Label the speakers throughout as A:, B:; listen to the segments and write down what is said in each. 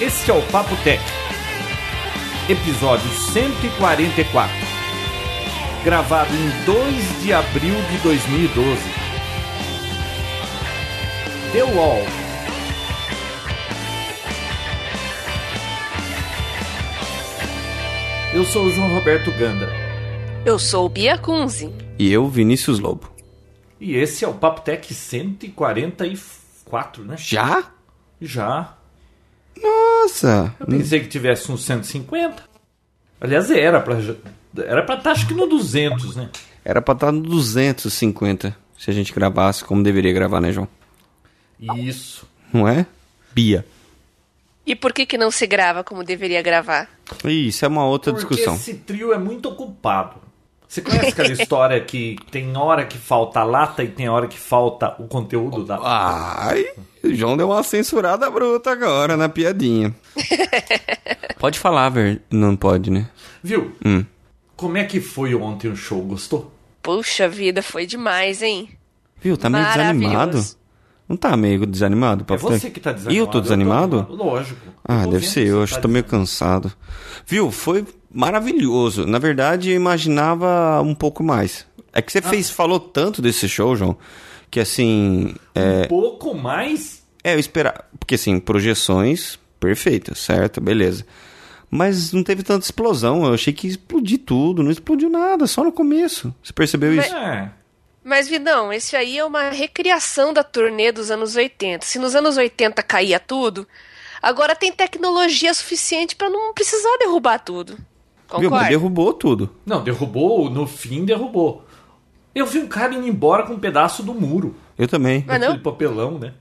A: Este é o Papo Tech, episódio 144, gravado em 2 de abril de 2012. The Wall. Eu sou o João Roberto Ganda
B: Eu sou Bia Kunze.
C: E eu, Vinícius Lobo.
A: e esse é o Papo Tech 144, né?
C: Já?
A: Já.
C: Nossa!
A: Pensei que tivesse um uns 150. Aliás, era pra era pra estar acho que no 200, né?
C: Era pra estar no 250 se a gente gravasse como deveria gravar, né, João?
A: Isso.
C: Não é? Bia.
B: E por que que não se grava como deveria gravar?
C: Ih, Isso é uma outra
A: Porque
C: discussão.
A: esse trio é muito ocupado. Você conhece aquela história que tem hora que falta a lata e tem hora que falta o conteúdo da
C: Ai, o João deu uma censurada bruta agora na piadinha. pode falar, Ver. Não pode, né?
A: Viu?
C: Hum.
A: Como é que foi ontem o show? Gostou?
B: Puxa vida, foi demais, hein?
C: Viu, tá meio desanimado.
B: Maravilhoso.
C: Não tá meio desanimado,
A: É
C: Papo
A: você
C: Tech?
A: que tá desanimado.
C: Eu tô desanimado?
A: Lógico. Eu
C: Ah,
A: tô
C: deve
A: vendo
C: ser
A: que
C: eu,
A: você
C: acho
A: tá
C: que tô meio
A: desanimado.
C: cansado. Viu, foi maravilhoso. Na verdade, eu imaginava um pouco mais. É que você
A: Ah.
C: fez, falou tanto desse show, João, que assim,
A: Um pouco mais.
C: é, eu esperava. Porque assim, projeções perfeitas, certo? Beleza. Mas não teve tanta explosão. Eu achei que ia explodir tudo, não explodiu nada, só no começo. Você percebeu isso?
A: É.
B: Mas, Vidão, esse aí é uma recriação da turnê dos anos 80. Se nos anos 80 caía tudo, agora tem tecnologia suficiente pra não precisar derrubar tudo.
C: Viu, mas
B: Concorda?
C: derrubou tudo.
A: Não, derrubou, no fim derrubou. Eu vi um cara indo embora com um pedaço do muro.
C: Eu também.
B: Mas Ah, não?
A: Aquele papelão, né?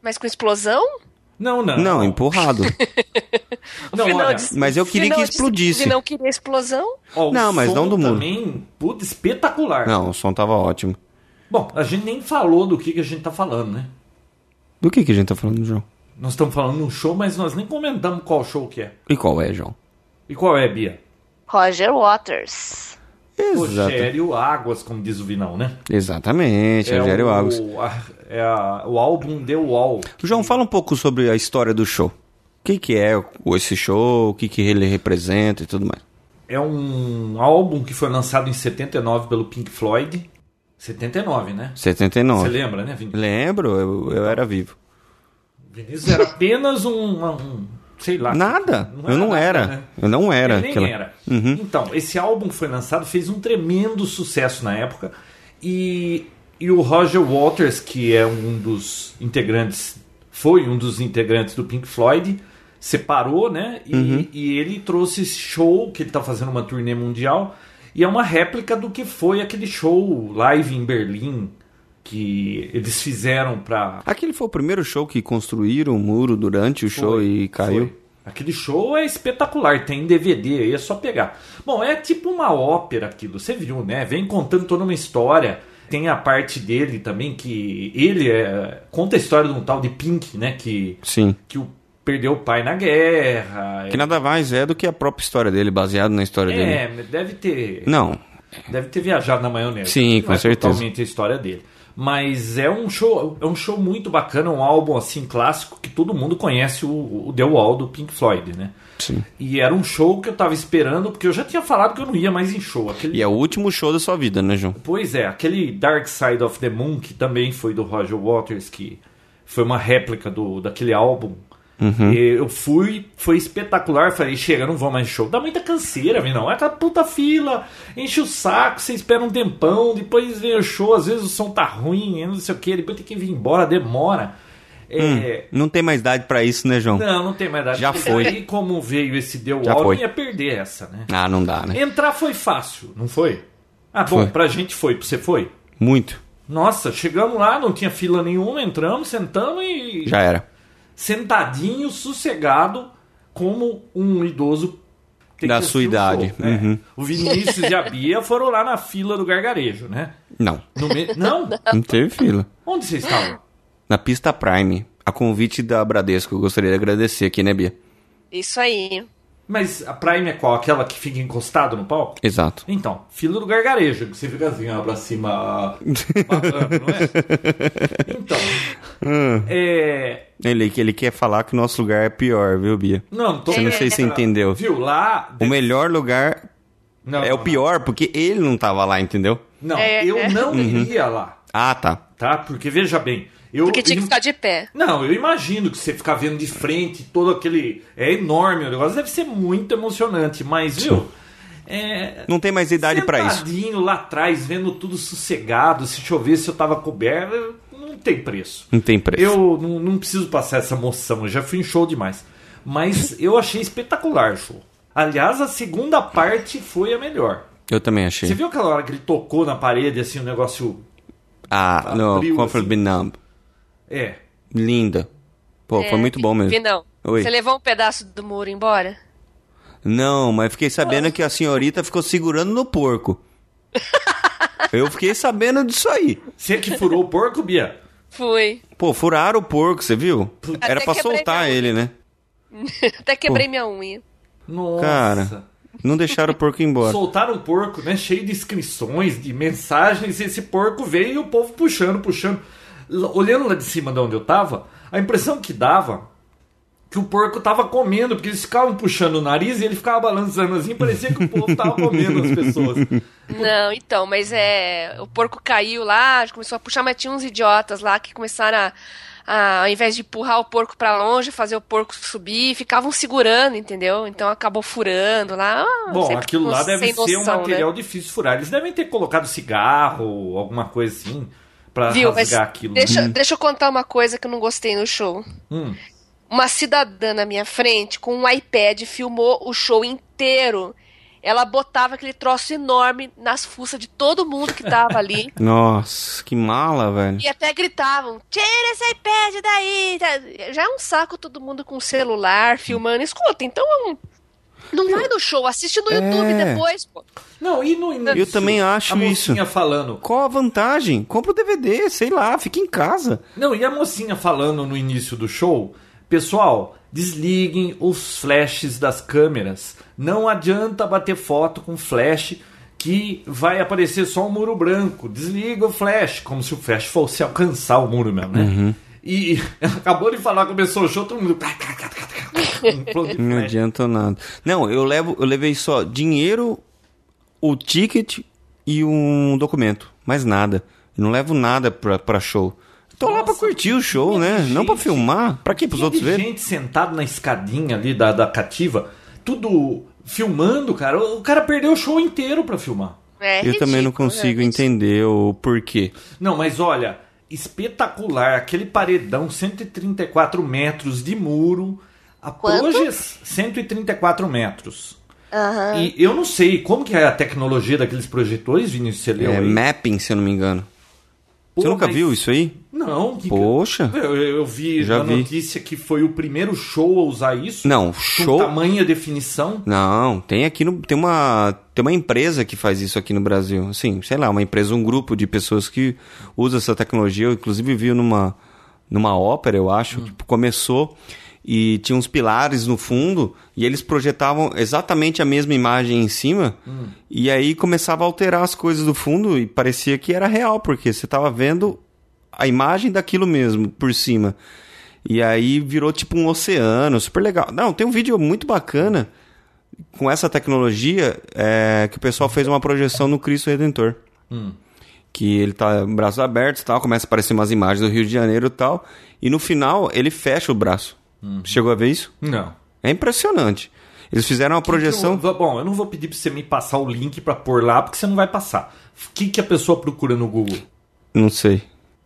B: Mas com explosão?
A: Não, não.
C: Não, empurrado.
A: Não,
B: Vinão
A: olha,
B: disse-
C: Mas eu queria
B: Vinão
C: que
B: disse-
C: explodisse.
B: Vinão queria explosão?
A: ó, o
C: Não, mas
A: som
C: não do muro.
A: Também, puta, espetacular.
C: Não, o som tava ótimo.
A: Bom, a gente nem falou do que, que a gente tá falando, né?
C: Do que, que a gente tá falando, João?
A: Nós estamos falando um show, mas nós nem comentamos qual show que é.
C: E qual é, João?
A: E qual é, Bia?
B: Roger Waters.
C: Exato.
A: Rogério Águas, como diz o Vinão, né? É
C: Exatamente, Rogério
A: o,
C: Águas.
A: a- é a- o álbum The Wall.
C: João, fala um pouco sobre a história do show. O que, que é o- esse show, o que, que ele representa e tudo mais.
A: É um álbum que foi lançado em 79 pelo Pink Floyd. 79, né? Você
C: 79.
A: lembra, né, Vin?
C: Lembro, eu, eu era vivo.
A: Vinícius era apenas um, um- sei lá.
C: Nada, eu
A: era
C: não
A: nada,
C: era.
A: né?
C: Eu não era.
A: Ele nem
C: aquela- Uhum.
A: era. Então, esse álbum que foi lançado, fez um tremendo sucesso na época. E, e o Roger Waters, que é um dos integrantes, foi um dos integrantes do Pink Floyd, separou, né? E,
C: Uhum.
A: e ele trouxe esse show, que ele tá fazendo uma turnê mundial, e é uma réplica do que foi aquele show live em Berlim que eles fizeram para
C: Aquele foi o primeiro show que construíram o muro durante o show e caiu.
A: Foi. Aquele show é espetacular, tem DVD aí, é só pegar. Bom, é tipo uma ópera aquilo, você viu, né? Vem contando toda uma história. Tem a parte dele também que ele é, conta a história de um tal de Pink, né? Que,
C: Sim.
A: que o, perdeu o pai na guerra.
C: Que nada mais é do que a própria história dele, baseado na história dele.
A: é, deve ter
C: Não,
A: deve ter viajado na maionese.
C: Sim,
A: Não
C: com
A: é
C: certeza.
A: Totalmente a história dele. Mas é um show, é um show muito bacana, um álbum assim clássico que todo mundo conhece o, o The Wall do Pink Floyd, né?
C: sim.
A: E era um show que eu tava esperando, porque eu já tinha falado que eu não ia mais em show. Aquele...
C: E é o último show da sua vida, né, João?
A: Pois é, aquele Dark Side of the Moon, que também foi do Roger Waters, que foi uma réplica do, daquele álbum.
C: Uhum.
A: E eu fui, foi espetacular. Falei, chega, não vou mais em show. Dá muita canseira, viu? Não, é aquela puta fila, enche o saco, você espera um tempão, depois vem o show, às vezes o som tá ruim, não sei o que, depois tem que vir embora, demora. É,
C: Não tem mais idade pra isso, né, João?
A: Não, não tem mais nada.
C: Já
A: Porque
C: foi.
A: Aí, como veio esse The
C: Já
A: Wall, eu
C: foi.
A: ia perder essa, né?
C: Ah, não dá, né?
A: Entrar foi fácil, não foi? Ah, bom,
C: Foi.
A: pra gente foi, pra você foi?
C: Muito.
A: Nossa, chegamos lá, não tinha fila nenhuma, entramos, sentamos e.
C: Já era.
A: Sentadinho, sossegado, como um idoso. tem
C: Da
A: que assistir
C: sua
A: um
C: idade,
A: show, né?
C: uhum.
A: O Vinícius e a Bia foram lá na fila do gargarejo, né?
C: Não,
A: No me- Não?
C: não teve fila.
A: Onde vocês estavam?
C: Na pista Prime, a convite da Bradesco, eu gostaria de agradecer aqui, né, Bia?
B: Isso aí.
A: Mas a Prime é qual? Aquela que fica encostado no palco?
C: Exato.
A: Então, fila do gargarejo, que você fica assim, ó, pra
C: Ah.
A: cima, babando, não é? Então, é,
C: Ele, ele quer falar que o nosso lugar é pior, viu, Bia?
A: Não, tô
C: Você não
B: É,
C: sei se você entendeu.
A: Viu? Lá.
C: O melhor lugar
A: Não,
C: é
A: não,
C: o pior porque ele não tava lá, entendeu?
A: Não,
B: É,
A: eu
B: é.
A: não
C: Uhum.
A: iria lá,
C: Ah, tá.
A: tá? Porque veja bem. Eu,
B: Porque tinha que
A: im-
B: ficar de pé.
A: Não, eu imagino que você ficar vendo de frente todo aquele. É enorme o negócio, deve ser muito emocionante, mas, viu? É.
C: Não tem mais idade pra isso.
A: sentadinho lá atrás, vendo tudo sossegado, se chovesse eu tava coberto, não tem preço.
C: Não tem preço.
A: Eu não, não preciso passar essa emoção, eu já fui em show demais. Mas eu achei espetacular o show. Aliás, a segunda parte foi a melhor.
C: Eu também
A: Você
C: achei.
A: viu aquela hora que ele tocou na parede, assim, o negócio.
C: Ah, no
A: Abriu,
C: Comfort
A: assim.
C: Be Numb.
A: É.
C: Linda. Pô, foi muito bom mesmo.
B: Vi não.
C: Oi.
B: É, Você levou um pedaço do muro embora?
C: Não, mas fiquei sabendo que a senhorita ficou segurando no porco. Eu fiquei sabendo disso aí.
A: Você que furou o porco, Bia?
B: Fui.
C: Pô, furaram o porco, você viu?
B: Até
C: Era pra
B: quebrei
C: soltar
B: minha
C: ele, né?
B: Até quebrei minha unha.
A: Nossa.
C: Cara, não deixaram o porco ir embora.
A: Soltaram um porco, né? Cheio de inscrições, de mensagens. Esse porco veio e o povo puxando, puxando. L- Olhando lá de cima de onde eu tava, a impressão que dava que o porco tava comendo, porque eles ficavam puxando o nariz e ele ficava balançando assim, parecia que o povo tava comendo as pessoas.
B: Não, então, mas é. O porco caiu lá, começou a puxar, mas tinha uns idiotas lá que começaram a. a- ao invés de empurrar o porco pra longe, fazer o porco subir, ficavam segurando, entendeu? Então acabou furando lá. Ah,
A: Bom,
B: sempre
A: aquilo
B: com-
A: lá deve
B: sem
A: ser um
B: noção, né?
A: material difícil de furar. Eles devem ter colocado cigarro, alguma coisa assim, pra
B: Viu? Mas
A: rasgar aquilo. né?
C: Hum.
B: deixa, deixa eu contar uma coisa que eu não gostei no show.
A: Hum.
B: Uma cidadã na minha frente, com um iPad, filmou o show inteiro. Ela botava aquele troço enorme nas fuças de todo mundo que tava ali.
C: Nossa, que mala, velho.
B: E até gritavam: tira esse iPad daí! tá?" Já é um saco todo mundo com celular, filmando. Escuta, então é um- não vai no show, assiste no
C: É.
B: YouTube depois, pô.
A: Não, e no início,
C: Eu também acho
A: a mocinha falando.
C: Qual a vantagem? Compra o DVD, sei lá, fica em casa.
A: Não, e a mocinha falando no início do show, pessoal, desliguem os flashes das câmeras. Não adianta bater foto com flash que vai aparecer só um muro branco. Desliga o flash, como se o flash fosse alcançar o muro mesmo, né?
C: Uhum.
A: E ela acabou de falar, começou o show, todo mundo. Implode
C: Não
B: É.
A: flash.
C: adianta nada. Não, eu levo, eu levei só dinheiro, o ticket e um documento, mais nada. Eu não levo nada pra, pra show. Tô lá pra
A: Nossa,
C: curtir o show, né?
A: gente.
C: Não pra filmar. Pra quê? Pros
A: Tinha
C: outros
A: de
C: verem?
A: gente sentado na escadinha ali da, da cativa, tudo filmando, cara. O o cara perdeu o show inteiro pra filmar.
B: É
C: eu também não
B: ridículo,
C: consigo
B: realmente.
C: entender o porquê.
A: Não, mas olha, espetacular. Aquele paredão, 134 metros de muro. A
B: Quanto?
A: proje- 134 metros.
B: Aham.
A: E eu não sei como que é a tecnologia daqueles projetores, Vinícius, você leu
C: É
A: aí?
C: mapping, se eu não me engano. você
A: Pô,
C: nunca
A: mas-
C: viu isso aí?
A: Não. que-
C: Poxa.
A: Eu, eu vi
C: Já
A: na
C: vi.
A: notícia que foi o primeiro show a usar isso.
C: Não,
A: Com
C: show.
A: tamanha definição.
C: Não, tem aqui no, tem uma tem uma empresa que faz isso aqui no Brasil. Assim, sei lá, uma empresa, um grupo de pessoas que usa essa tecnologia. Eu inclusive vi numa numa ópera, eu acho, que começou e tinha uns pilares no fundo e eles projetavam exatamente a mesma imagem em cima e aí começava a alterar as coisas do fundo e parecia que era real porque você estava vendo a imagem daquilo mesmo por cima. E aí virou tipo um oceano, super legal. Não, tem um vídeo muito bacana com essa tecnologia é, que o pessoal fez uma projeção no Cristo Redentor. Que ele tá braços abertos e tal, começa a aparecer umas imagens do Rio de Janeiro e tal. E no final ele fecha o braço. Chegou a ver isso?
A: Não.
C: É impressionante. Eles fizeram uma projeção.
A: Eu- bom, eu não vou pedir pra você me passar o link pra pôr lá, porque você não vai passar. O que, que a pessoa procura no Google?
C: Não sei.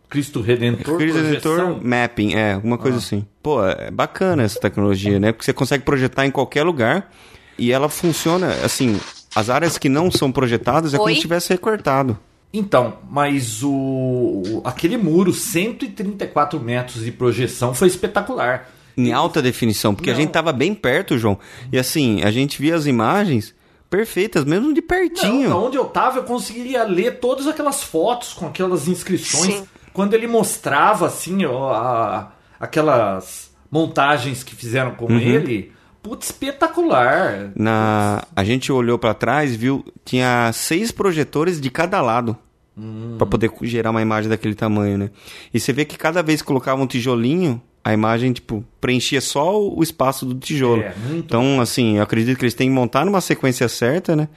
A: Cristo Redentor,
C: Cristo Redentor
A: projeção?
C: Mapping, é, alguma coisa assim. Pô, é bacana essa tecnologia, né? Porque você consegue projetar em qualquer lugar e ela funciona, assim, as áreas que não são projetadas é como
B: Oi?
C: se tivesse recortado.
A: Então, mas o, o- aquele muro, 134 metros de projeção, foi espetacular.
C: Em alta definição, porque a
A: Não.
C: gente tava bem perto, João. E assim, a gente via as imagens perfeitas, mesmo de
A: Não,
C: pertinho.
A: da onde eu tava, eu conseguiria ler todas aquelas fotos com aquelas inscrições.
B: Sim.
A: Quando ele mostrava, assim, ó, a- aquelas montagens que fizeram com ele, putz, espetacular.
C: Na, a gente olhou pra trás, viu, tinha seis projetores de cada lado.
A: Hum.
C: Pra poder gerar uma imagem daquele tamanho, né? E você vê que cada vez que colocava um tijolinho, a A imagem, tipo, preenchia só o espaço do tijolo.
A: É, muito
C: então, assim, eu acredito que eles têm que montar numa sequência certa, né?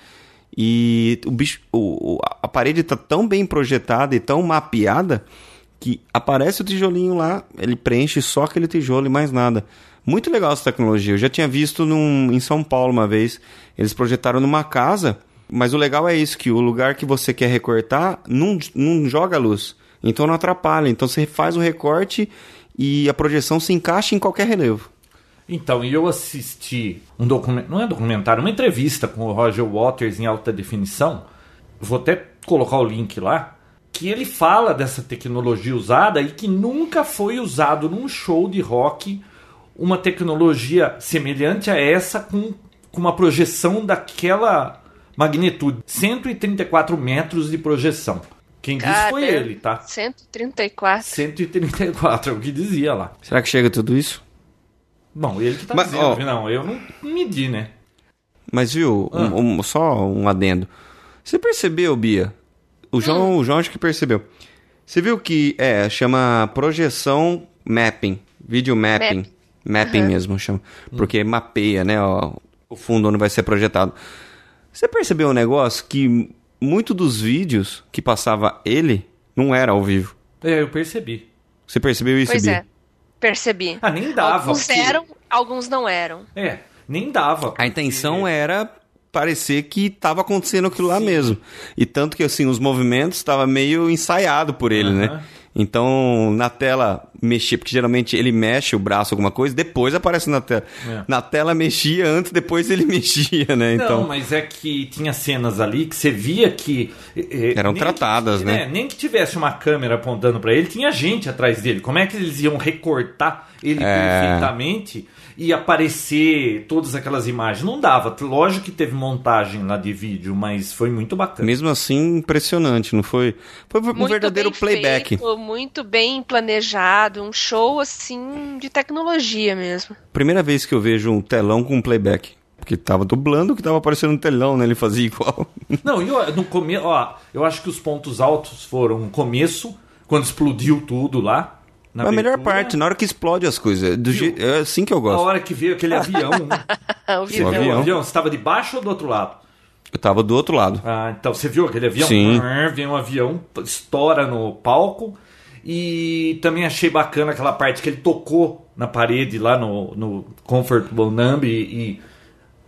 C: E o bicho, o, o- a parede tá tão bem projetada e tão mapeada que aparece o tijolinho lá, ele preenche só aquele tijolo e mais nada. Muito legal essa tecnologia. Eu já tinha visto num, em São Paulo uma vez. Eles projetaram numa casa, mas o legal é isso: que o lugar que você quer recortar não, não joga luz. Então não atrapalha. Então você faz o recorte e a projeção se encaixa em qualquer relevo.
A: Então, e eu assisti um documentário, não é documentário, uma entrevista com o Roger Waters em alta definição. Vou até colocar o link lá. Que ele fala dessa tecnologia usada e que nunca foi usado num show de rock uma tecnologia semelhante a essa com, com uma projeção daquela magnitude. 134 metros de projeção. Quem disse foi
B: Caramba.
A: ele, tá?
B: 134.
A: 134, é o que dizia lá.
C: Será que chega tudo isso?
A: Bom, ele que tá
C: Mas,
A: dizendo,
C: ó,
A: não, eu não medi, né?
C: Mas viu,
B: Ah.
C: um- um- só um adendo. Você percebeu, Bia? O
B: Ah.
C: João, o João acho que percebeu. Você viu que é, chama projeção mapping, video mapping,
B: Map.
C: mapping mesmo chama,
B: Hum.
C: porque mapeia, né, ó, o fundo onde vai ser projetado. Você percebeu um negócio que muito dos vídeos que passava ele não era ao vivo.
A: É, eu percebi.
C: Você percebeu isso,
B: Pois
C: Bia?
B: é, percebi.
A: Ah, nem dava.
B: Alguns
A: porque-
B: eram, alguns não eram.
A: É, nem dava.
C: A intenção era parecer que estava acontecendo aquilo lá mesmo. E tanto que assim, os movimentos estavam meio ensaiado por ele,
A: Aham.
C: né? Então, na tela mexia, porque geralmente ele mexe o braço, alguma coisa, depois aparece na tela.
A: É.
C: Na tela mexia antes, depois ele mexia, né?
A: Não,
C: Então,
A: mas é que tinha cenas ali que você via que. é, é,
C: Eram
A: nem
C: tratadas,
A: que-
C: né?
A: é, nem que tivesse uma câmera apontando pra ele, tinha gente atrás dele. Como é que eles iam recortar ele
C: É.
A: perfeitamente e aparecer todas aquelas imagens? Não dava. Lógico que teve montagem lá de vídeo, mas foi muito bacana.
C: mesmo assim, impressionante, não foi? Foi um
B: Muito
C: verdadeiro
B: bem
C: playback.
B: feito, muito bem planejado, um show assim de tecnologia mesmo.
C: Primeira vez que eu vejo um telão com playback. Porque tava dublando o que tava aparecendo no telão, né? Ele fazia igual.
A: Não, e ó, no começo, ó, eu acho que os pontos altos foram o começo, quando explodiu tudo lá. na
C: Mas a melhor
A: abertura,
C: parte, na hora que explode as coisas. do
A: Viu?
C: je- É assim que eu
A: A
C: gosto.
A: hora que veio aquele avião.
B: O
A: Você
C: O
A: viu
B: vídeo
C: avião.
A: o avião? Você estava de baixo ou do outro lado?
C: Eu tava do outro lado.
A: Ah, então você viu aquele avião?
C: Sim.
A: Brrr, Vem um avião, estoura no palco. E também achei bacana aquela parte que ele tocou na parede lá no, no Comfortable Numb e, e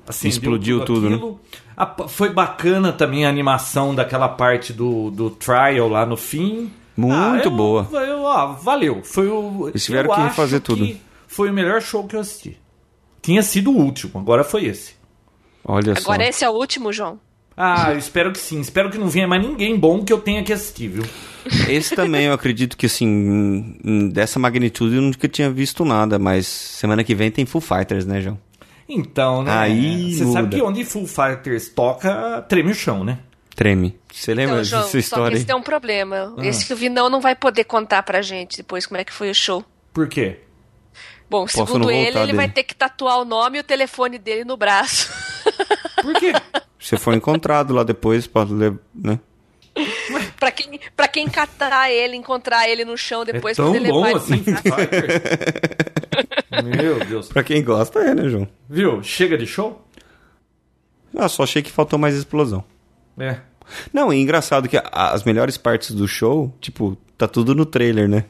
A: assim,
C: Explodiu
A: deu
C: tudo, né?
A: aquilo. A pa- foi bacana também a animação daquela parte do, do trial lá no fim. Ah,
C: Muito
A: eu-
C: boa.
A: eu- ó, valeu. Foi o,
C: Eles tiveram
A: eu
C: que
A: acho
C: refazer tudo.
A: que Foi o melhor show que eu assisti. Tinha sido o último, agora foi esse.
C: Olha
B: Agora
C: só.
B: esse é o último, João.
A: Ah, eu espero que sim. Espero que não venha mais ninguém bom que eu tenha que assistir, viu?
C: Esse também eu acredito que, assim, hum, hum, dessa magnitude eu nunca tinha visto nada, mas semana que vem tem Full Fighters, né, João?
A: Então, né?
C: Aí
A: Você sabe
C: muda.
A: que onde Full Fighters toca, treme o chão, né?
C: Treme. Você lembra
B: Então, João,
C: dessa
B: só que
C: história?
B: esse
C: aí? Ah.
B: tem um problema. Esse que o Vinão não vai poder contar pra gente depois como é que foi o show.
A: Por quê?
B: Bom,
C: Posso não
B: segundo ele, ele
C: voltar dele.
B: vai ter que tatuar o nome e o telefone dele no braço.
A: Por quê?
C: Você foi encontrado lá depois pra ler, né?
B: pra, quem, pra quem catar ele, encontrar ele no chão
A: É
B: depois,
A: tão
B: poder
A: bom
B: levar ele
A: assim
B: pra
A: Full
B: casa.
A: Fighters? Meu Deus.
C: Pra quem gosta é, né, João?
A: Viu? Chega de show?
C: Ah, só achei que faltou mais explosão.
A: É.
C: Não, e engraçado que a- as melhores partes do show, tipo, tá tudo no trailer, né?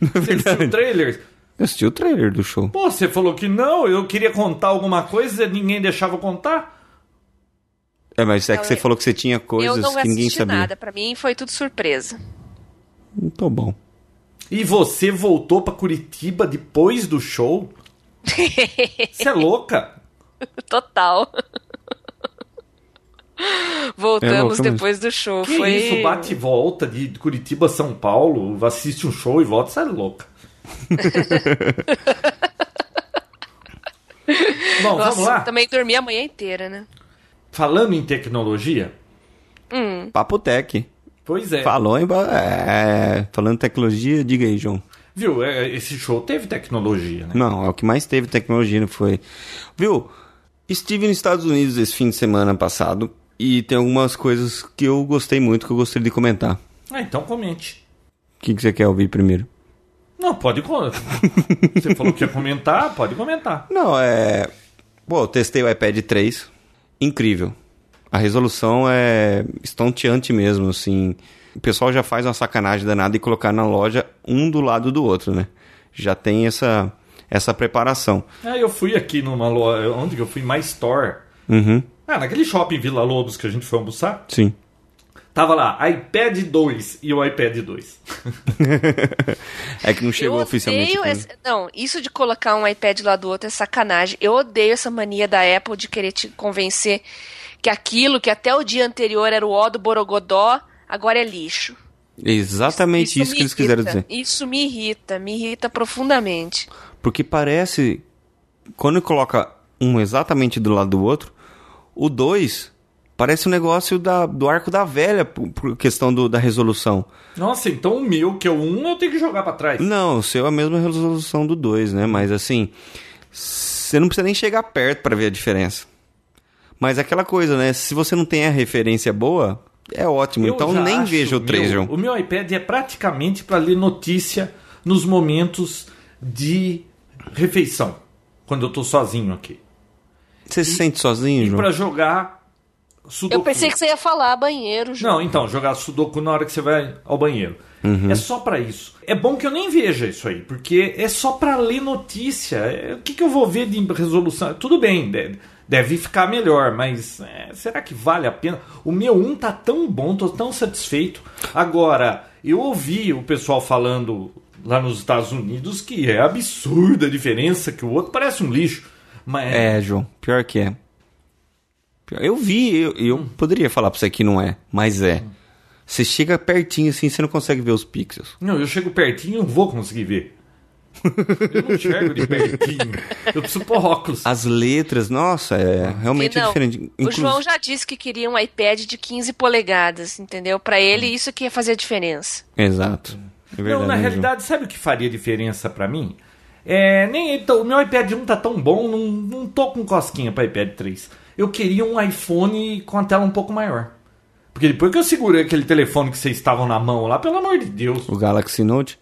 A: Você assistiu o trailer?
C: Eu assisti o trailer do show.
A: Pô, você falou que não, eu queria contar alguma coisa e ninguém deixava eu contar?
C: É, mas é que
B: Não,
C: você
B: eu-
C: falou que você tinha
B: Eu
C: coisas
B: não
C: que ninguém
B: assisti
C: sabia.
B: nada, pra mim foi tudo surpresa.
C: Não tô bom.
A: E você voltou pra Curitiba depois do show? Você é louca?
B: Total. Voltamos
C: mesmo.
B: depois do show.
A: Que
B: foi
A: isso, bate e volta de Curitiba a São Paulo, assiste um show e volta, você é louca. Bom,
B: Nossa,
A: vamos lá.
B: também dormi a manhã inteira, né?
A: Falando em tecnologia,
C: Papo Tech.
A: pois é.
C: Falou em. ba- É, falando em tecnologia, diga aí, João.
A: Viu, é, esse show teve tecnologia,
B: Hum.
A: né?
C: Não, é o que mais teve tecnologia, não foi. Viu? Estive nos Estados Unidos esse fim de semana passado e tem algumas coisas que eu gostei muito, que eu gostaria de comentar.
A: Ah, então comente.
C: O que, que você quer ouvir primeiro?
A: Não, Não, pode. con- Você falou que ia comentar, pode comentar.
C: Não, é. Pô, eu testei o iPad 3. Incrível. A resolução é estonteante mesmo, assim. O pessoal já faz uma sacanagem danada e colocar na loja um do lado do outro, né? Já tem essa, essa preparação.
A: Ah, eu fui aqui numa loja. Onde que eu fui? My Store.
C: Uhum,
A: Ah, naquele shopping Vila Lobos que a gente foi almoçar.
C: sim.
A: Tava lá, iPad 2 e o iPad 2.
C: É que não chegou
B: eu
C: oficialmente.
B: odeio
C: aqui, né?
B: esse- Não, isso de colocar um iPad lá do outro é sacanagem. Eu odeio essa mania da Apple de querer te convencer que aquilo que até o dia anterior era o ó do Borogodó, agora é lixo.
C: Exatamente isso,
B: me
C: que eles quiseram
B: irrita,
C: dizer.
B: Isso me irrita, me irrita profundamente.
C: Porque parece. Quando coloca um exatamente do lado do outro, o dois parece um negócio da, do arco da velha, por, por questão do, da resolução.
A: Nossa, então o meu, que é o 1, eu tenho que jogar pra trás.
C: Não, o seu é a mesma resolução do 2, né? Mas assim, você não precisa nem chegar perto pra ver a diferença. Mas aquela coisa, né? Se você não tem a referência boa, é ótimo.
A: Eu
C: então
A: já
C: nem
A: acho
C: veja o 3,
A: meu-
C: João.
A: O meu iPad é praticamente para ler notícia nos momentos de refeição, quando eu tô sozinho aqui.
C: Você se sente sozinho,
A: E
C: João?
A: para jogar Sudoku.
B: Eu pensei que você ia falar banheiro, João.
A: Não, então, jogar Sudoku na hora que você vai ao banheiro. É só pra isso. É bom que eu nem veja isso aí, porque é só pra ler notícia. É, O que, que eu vou ver de resolução? Tudo bem, de- deve ficar melhor, mas é, será que vale a pena? O meu 1 tá tão bom, tô tão satisfeito. Agora, eu ouvi o pessoal falando lá nos Estados Unidos que é absurda a diferença, que o outro parece um lixo. Mas
C: É, João. Pior que é. Pior- Eu vi, eu, eu
A: Hum.
C: poderia falar pra você que não é, mas é. Você chega pertinho assim, você não consegue ver os pixels.
A: Não, eu chego pertinho e não vou conseguir ver. Eu não enxergo de pertinho. Eu preciso pôr óculos.
C: As letras, nossa, é
A: Ah.
C: realmente
B: E
C: é
B: não,
C: diferente.
B: O
C: Inclusive-
B: João já disse que queria um iPad de 15 polegadas, entendeu? Pra ele,
C: Hum.
B: isso que ia fazer a diferença.
C: Exato. É verdade,
A: não, na
C: né, João?
A: realidade, sabe o que faria diferença pra mim? É, nem então, o meu iPad 1 tá tão bom, não, não tô com cosquinha pra iPad 3. Eu queria um iPhone com a tela um pouco maior. Porque depois que eu segurei aquele telefone que vocês estavam na mão lá, pelo amor de Deus.
C: O Galaxy Note.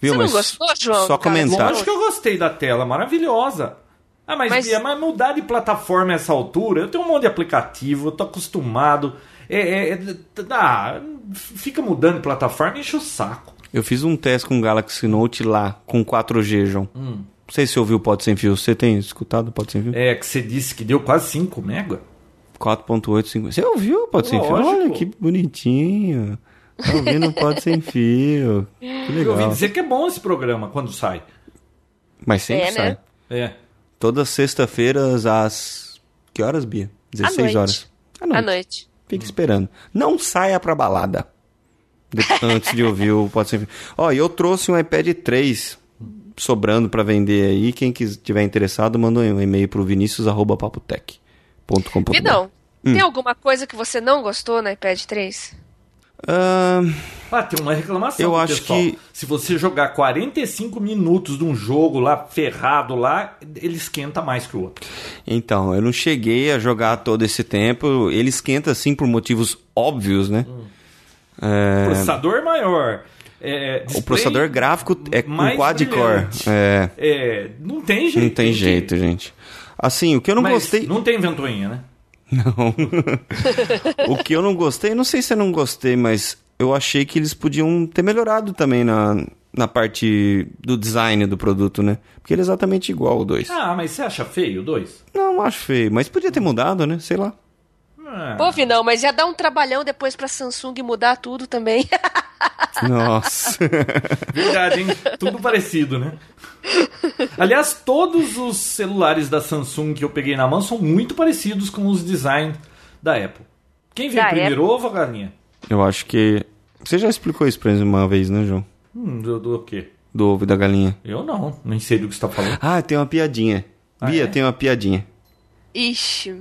C: Viu,
B: Você não
C: mas
B: gostou, João,
C: Só
B: do Galaxy
C: comentar.
A: Lógico que eu gostei da tela, maravilhosa. Ah, mas,
B: Mas-
A: Bia, mas mudar de plataforma a essa altura, eu tenho um monte de aplicativo, eu tô acostumado. É, é, é, t- ah, fica mudando de plataforma, enche o saco.
C: Eu fiz um teste com o Galaxy Note lá, com 4G, João. Não sei se você ouviu o Pod Sem Fio. Você tem escutado o Pod Sem Fio?
A: É, que você disse que deu quase 5 mega.
C: 4.85. Você ouviu o Pod Sem Fio?
A: Lógico.
C: Olha que bonitinho. Tá ouvindo o Pod Sem Fio. Que
A: Eu ouvi
C: legal.
A: dizer que é bom esse programa quando sai.
C: Mas sempre
B: É, né?
C: sai.
A: É.
C: Todas sextas-feiras às... Que horas, Bia? 16
B: noite.
C: horas. À noite.
B: À noite.
C: Fica esperando. Não saia pra balada. De- antes de ouvir o Pode Ser Fio. Ó, e eu trouxe um iPad 3 sobrando pra vender aí. Quem quis- tiver interessado, manda um e-mail pro vinicius.papotec.com.br
B: Vidão,
C: Hum.
B: tem alguma coisa que você não gostou no iPad 3?
C: Ah,
A: Ah, tem uma reclamação.
C: Eu
A: do
C: acho
A: pessoal.
C: que-
A: Se você jogar 45 minutos de um jogo lá, ferrado lá, ele esquenta mais que o outro.
C: então, eu não cheguei a jogar todo esse tempo. Ele esquenta, assim, por motivos óbvios, né?
A: Hum.
C: É,
A: Processador maior. é,
C: o
A: display
C: processador gráfico é um
A: mais
C: quad-core.
A: brilhante.
C: É,
A: É, não tem jeito.
C: não tem
A: que-
C: jeito, gente. Assim, o que eu não
A: Mas
C: gostei...
A: Não tem ventoinha, né?
C: Não. o que eu não gostei, não sei se eu não gostei, mas eu achei que eles podiam ter melhorado também na, na parte do design do produto, né? Porque ele é exatamente igual o 2.
A: Ah, mas você acha feio o 2?
C: Não, acho feio, mas podia ter mudado, né? Sei lá.
A: Ah,
C: Ah.
B: Pô, Vinão, mas ia dar um trabalhão depois pra Samsung mudar tudo também.
C: Nossa.
A: Verdade, hein? Tudo parecido, né? Aliás, todos os celulares da Samsung que eu peguei na mão são muito parecidos com os designs da Apple. Quem veio
B: Da
A: primeiro, ovo ou galinha?
C: eu acho que. Você já explicou isso pra eles uma vez, né, João?
A: Hum, do, do quê?
C: Do ovo e da galinha.
A: Eu não, nem sei do que você tá falando.
C: Ah, tem uma piadinha. Bia,
A: é?
C: tem uma piadinha.
B: Ixi.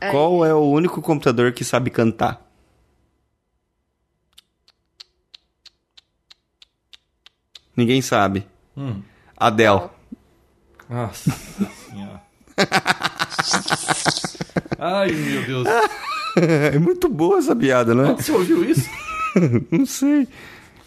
B: Ai.
C: Qual é o único computador que sabe cantar? Ninguém sabe.
A: Hum.
C: Adele.
A: Nossa senhora. Ai, meu Deus.
C: É muito boa essa piada, não é?
A: Você ouviu isso?
C: Não sei.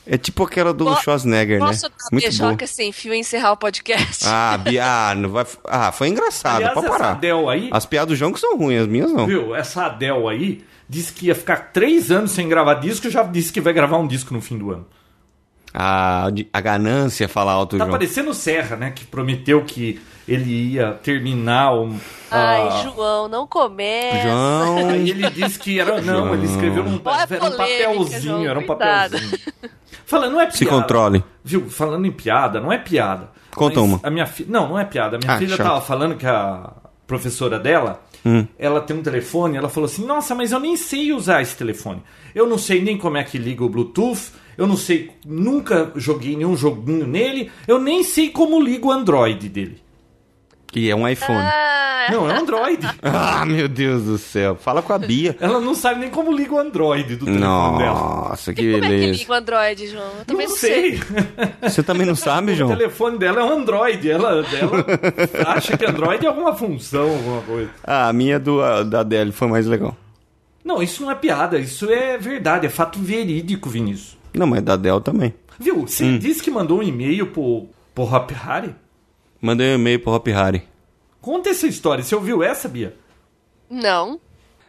C: É tipo aquela do Schwarzenegger,
B: Posso
C: né?
B: dar
C: Muito boa.
B: beijoca sem fio e encerrar o podcast?
C: Ah, Bia, ah, não vai... ah, foi engraçado,
A: Aliás,
C: pode
A: essa
C: parar.
A: Adele aí,
C: As piadas do João que são ruins, as minhas não.
A: viu? Essa Adele aí disse que ia ficar três anos sem gravar disco e já disse que vai gravar um disco no fim do ano.
C: A, a ganância fala alto,
A: Tá
C: João.
A: parecendo o Serra, né? Que prometeu que ele ia terminar o.
B: Ai,
A: a-
B: João, não
A: é
B: começa.
C: João,
A: Aí ele disse que era. Não, ele escreveu num
B: Olha a
A: era um
B: polêmica,
A: papelzinho,
B: João,
A: era um
B: cuidado.
A: papelzinho. Falando, não é piada.
C: se controle.
A: Viu? Falando em piada, não é piada.
C: Conta
A: Mas
C: uma.
A: A minha fi... Não, não é piada. A minha
C: Ah,
A: filha
C: chato. Hum.
A: tava falando que a professora dela, ela tem um telefone, ela falou assim: "Nossa, mas eu nem sei usar esse telefone. Eu não sei nem como é que liga o Bluetooth, eu não sei, nunca joguei nenhum joguinho nele, eu nem sei como liga o Android dele".
C: E é um iPhone.
B: Ah,
A: Não, é um Android.
C: Ah, meu Deus do céu. Fala com a Bia.
A: Ela não sabe nem como liga o Android do telefone dela.
C: Nossa, que
B: como é que
C: beleza.
B: liga o Android, João? Eu também
A: Não sei.
C: Você também não sabe,
A: O
C: João?
A: telefone dela é um Android. Ela, ela acha que Android é alguma função, alguma coisa.
C: Ah, a minha do, a- da Adele foi mais legal.
A: Não, isso não é piada, isso é verdade, é fato verídico, Vinícius.
C: Não, mas da Adele também.
A: Viu? Você
C: Hum.
A: disse que mandou um e-mail pro, pro Hop Harry?
C: Mandei um e-mail pro Hop Harry.
A: Conta essa história, você ouviu essa, Bia?
B: Não.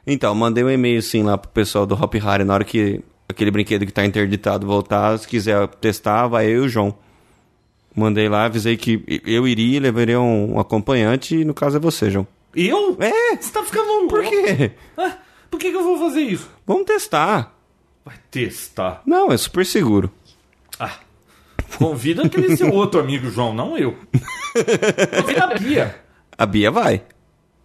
C: Então, mandei um e-mail sim lá pro pessoal do Hop Harry na hora que aquele brinquedo que tá interditado voltar, se quiser testar, vai eu e o João. Mandei lá, avisei que eu iria, levaria um acompanhante e no caso é você, João.
A: Eu?
C: É?
A: Você tá ficando louco.
C: Por quê?
A: Ah, por que, que eu vou fazer isso?
C: Vamos testar.
A: Vai testar.
C: Não, é super seguro.
A: Ah, convida aquele seu outro amigo, João, não eu. Convida a Bia.
C: A Bia vai.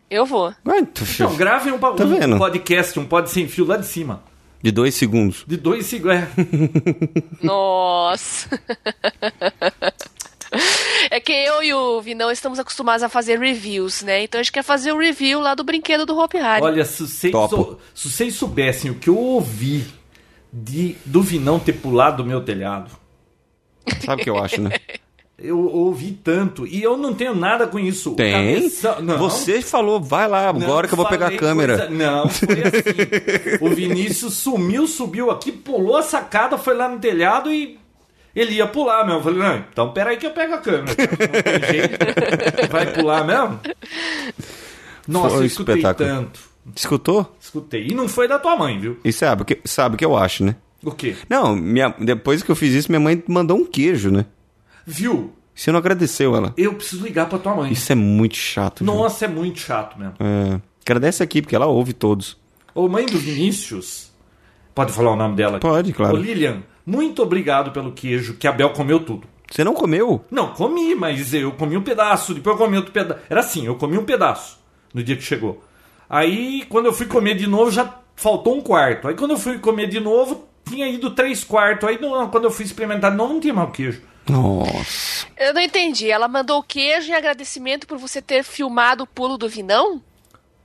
B: Eu vou.
C: Vai, tu-
A: Então, gravem um, pa-
C: Tá
A: um
C: vendo?
A: podcast, um pod sem fio lá de cima.
C: De dois segundos.
A: De dois é, segundos.
B: Nossa. É que eu e o Vinão estamos acostumados a fazer reviews, né? Então a gente quer fazer o review lá do brinquedo do Hopi Hari.
A: Olha, se vocês,
C: Topo.
A: se vocês soubessem o que eu ouvi de, do Vinão ter pulado o meu telhado,
C: Sabe o que eu acho, né?
A: eu ouvi tanto. E eu não tenho nada com isso. O
C: Tem?
A: cabeção- não,
C: Você falou, vai lá,
A: não
C: agora que eu vou pegar a
A: falei
C: câmera.
A: coisa- Não, foi assim. o Vinícius sumiu, subiu aqui, pulou a sacada, foi lá no telhado e. Ele ia pular mesmo. Eu falei, não, então peraí que eu pego a câmera. então Não tem jeito. Vai pular mesmo? Nossa,
C: Foi um
A: eu escutei
C: espetáculo.
A: tanto.
C: Escutou?
A: Escutei. E não foi da tua mãe, viu?
C: E sabe o que, sabe o que eu acho, né?
A: O quê?
C: Não, minha- depois que eu fiz isso, minha mãe mandou um queijo, né?
A: Viu?
C: Você não agradeceu ela.
A: Eu preciso ligar pra tua mãe.
C: Isso é muito chato. João.
A: Nossa, é muito chato mesmo.
C: É. Agradece aqui, porque ela ouve todos.
A: Ô, mãe do Vinícius. Pode falar o nome dela?
C: Pode, claro.
A: Ô, Lilian, muito obrigado pelo queijo, que a Bel comeu tudo.
C: Você não comeu?
A: Não, comi, mas eu comi um pedaço, depois eu comi outro pedaço. Era assim, eu comi um pedaço no dia que chegou. Aí, quando eu fui comer de novo, já faltou um quarto. Aí, quando eu fui comer de novo, tinha ido três quartos. Aí, não, quando eu fui experimentar, não, não tinha mais o queijo.
C: Nossa.
B: Eu não entendi. Ela mandou o queijo em agradecimento por você ter filmado o pulo do Vinão?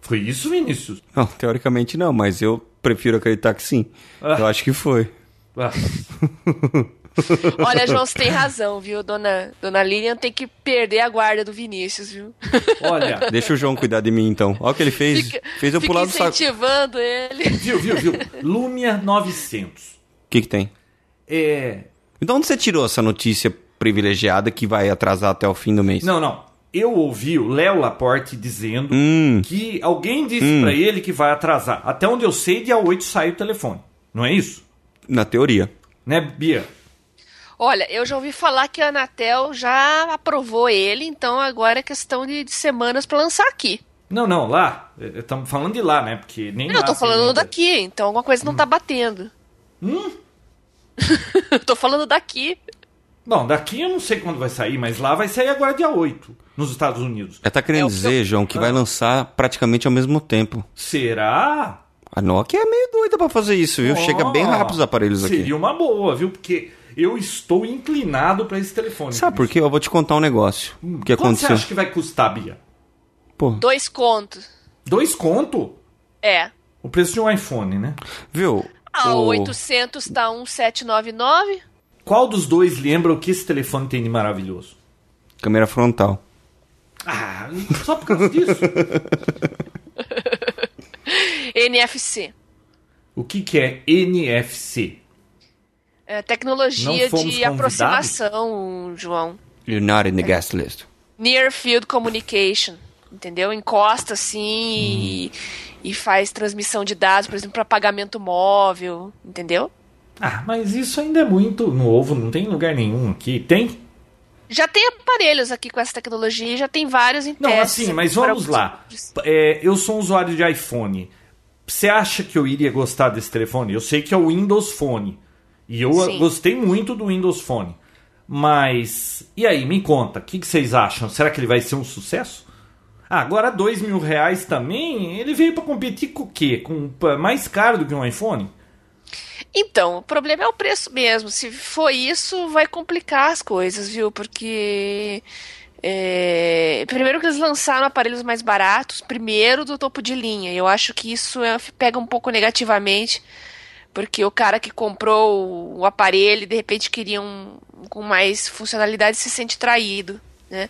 A: Foi isso, Vinícius?
C: Não, teoricamente não, mas eu prefiro acreditar que sim.
A: Ah.
C: Eu acho que foi.
A: Ah,
B: Olha, João, você tem razão, viu? Dona, dona Lilian tem que perder a guarda do Vinícius, viu?
A: olha,
C: Deixa o João cuidar de mim, então. Olha o que ele fez.
B: Fica-
C: fez eu
B: fica
C: pular do saco. O
B: incentivando ele.
A: Viu, viu, viu? Lumia 900.
C: que, que tem?
A: É.
C: Então onde você tirou essa notícia privilegiada que vai atrasar até o fim do mês?
A: Não, não. Eu ouvi o Léo Laporte dizendo
C: Hum.
A: que alguém disse pra ele que vai atrasar. Até onde eu sei, dia 8 sai o telefone. Não é isso?
C: Na teoria.
A: Né, Bia?
B: Olha, eu já ouvi falar que a Anatel já aprovou ele, então agora é questão de, de semanas pra lançar aqui.
A: Não, não, lá. Estamos falando de lá, né? Porque nem.
B: Eu
A: lá
B: tô
A: tem
B: falando
A: ainda.
B: daqui, então alguma coisa não tá batendo.
A: Hum?
B: Hum? tô falando daqui.
A: Não, daqui eu não sei quando vai sair, mas lá vai sair agora dia 8, nos Estados Unidos.
C: Ela tá querendo
B: É, o que
C: dizer, João, que vai
A: Ah.
C: lançar praticamente ao mesmo tempo.
A: Será?
C: A Nokia é meio doida pra fazer isso, viu? Chega bem
A: Ó,
C: rápido os aparelhos aqui.
A: Seria uma boa, viu? Porque eu estou inclinado pra esse telefone.
C: Sabe por quê? Eu vou te contar um negócio. O que
A: Quanto você
C: aconteceu?
A: acha que vai custar, Bia?
C: Pô,
B: Dois contos.
A: Dois conto?
B: É.
A: O preço de um iPhone, né?
C: viu?
A: Ah,
B: A
C: O-
B: 800 tá 1799.
A: Qual dos dois lembra o que esse telefone tem de maravilhoso?
C: Câmera frontal.
A: Ah, só por causa disso?
B: NFC.
A: o que, que é NFC?
B: É, É, tecnologia
A: Não fomos
B: de
A: convidados?
B: aproximação, João.
C: You're not
A: É.
C: in the guest list.
B: Near Field Communication, entendeu? Encosta
A: Hum.
B: assim e, e faz transmissão de dados, por exemplo, para pagamento móvel, entendeu?
A: Ah, mas isso ainda é muito novo, não tem lugar nenhum aqui. Tem?
B: Já tem aparelhos aqui com essa tecnologia, já tem vários em
A: Não,
B: teste,
A: assim, mas
B: para
A: vamos
B: alguns
A: lá.
B: outros.
A: É, eu sou um usuário de iPhone. Você acha que eu iria gostar desse telefone? Eu sei que é o Windows Phone. E eu
B: Sim.
A: gostei muito do Windows Phone. Mas. E aí, me conta, o que, que vocês acham? Será que ele vai ser um sucesso? Ah, agora dois mil reais também? Ele veio pra competir com o quê? Com pa- mais caro do que um iPhone?
B: Então, o problema é o preço mesmo. Se for isso, vai complicar as coisas, viu? Porque. é, primeiro que eles lançaram aparelhos mais baratos, primeiro do topo de linha. Eu acho que isso é- pega um pouco negativamente, porque o cara que comprou o, o aparelho e de repente queria um com mais funcionalidade se sente traído. Né?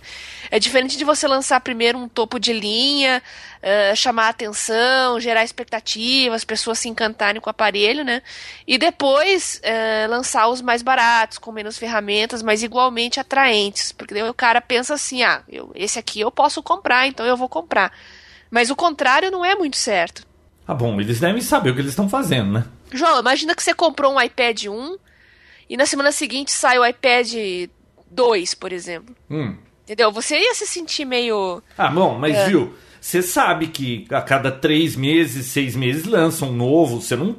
B: É diferente de você lançar primeiro um topo de linha, eh, chamar a atenção, gerar expectativa, as pessoas se encantarem com o aparelho, né? E depois eh, lançar os mais baratos, com menos ferramentas, mas igualmente atraentes. Porque daí o cara pensa assim, ah, eu- esse aqui eu posso comprar, então eu vou comprar. Mas o contrário não é muito certo.
A: Ah, bom, eles devem saber o que eles estão fazendo, né?
B: João, imagina que você comprou um iPad 1 e na semana seguinte sai o iPad 2, por exemplo.
A: Hum.
B: Entendeu? Você ia se sentir meio.
A: Ah, bom, mas
B: É.
A: viu, você sabe que a cada três meses, seis meses lança um novo, você não.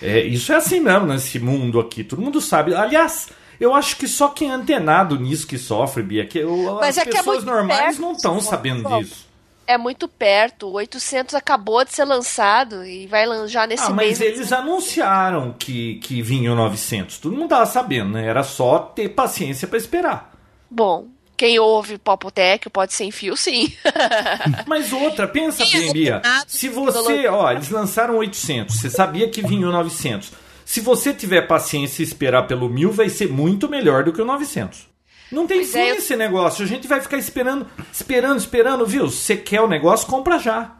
A: É, isso é assim mesmo nesse mundo aqui, todo mundo sabe. Aliás, eu acho que só quem é antenado nisso que sofre, Bia, que eu-
B: Mas
A: as
B: é que é
A: pessoas
B: muito
A: normais
B: perto, né?
A: não estão
B: João.
A: sabendo
B: Bom,
A: disso.
B: É muito perto. O 800 acabou de ser lançado e vai lan- já nesse
A: Ah,
B: mês.
A: mas eles anunciaram que, que vinha o 900, todo mundo tava sabendo, né? Era só ter paciência pra esperar.
B: Bom, quem ouve Popotec pode sem fio, sim.
A: Mas outra, pensa
B: Isso,
A: bem, Bia.
B: nada,
A: Se você, ó, eles lançaram 800, você sabia que vinha o 900. Se você tiver paciência e esperar pelo 1000, vai ser muito melhor do que o 900. Não tem
B: Pois
A: fim
B: é, eu-
A: esse negócio. A gente vai ficar esperando, esperando, esperando, viu? Se você quer o negócio, compra já.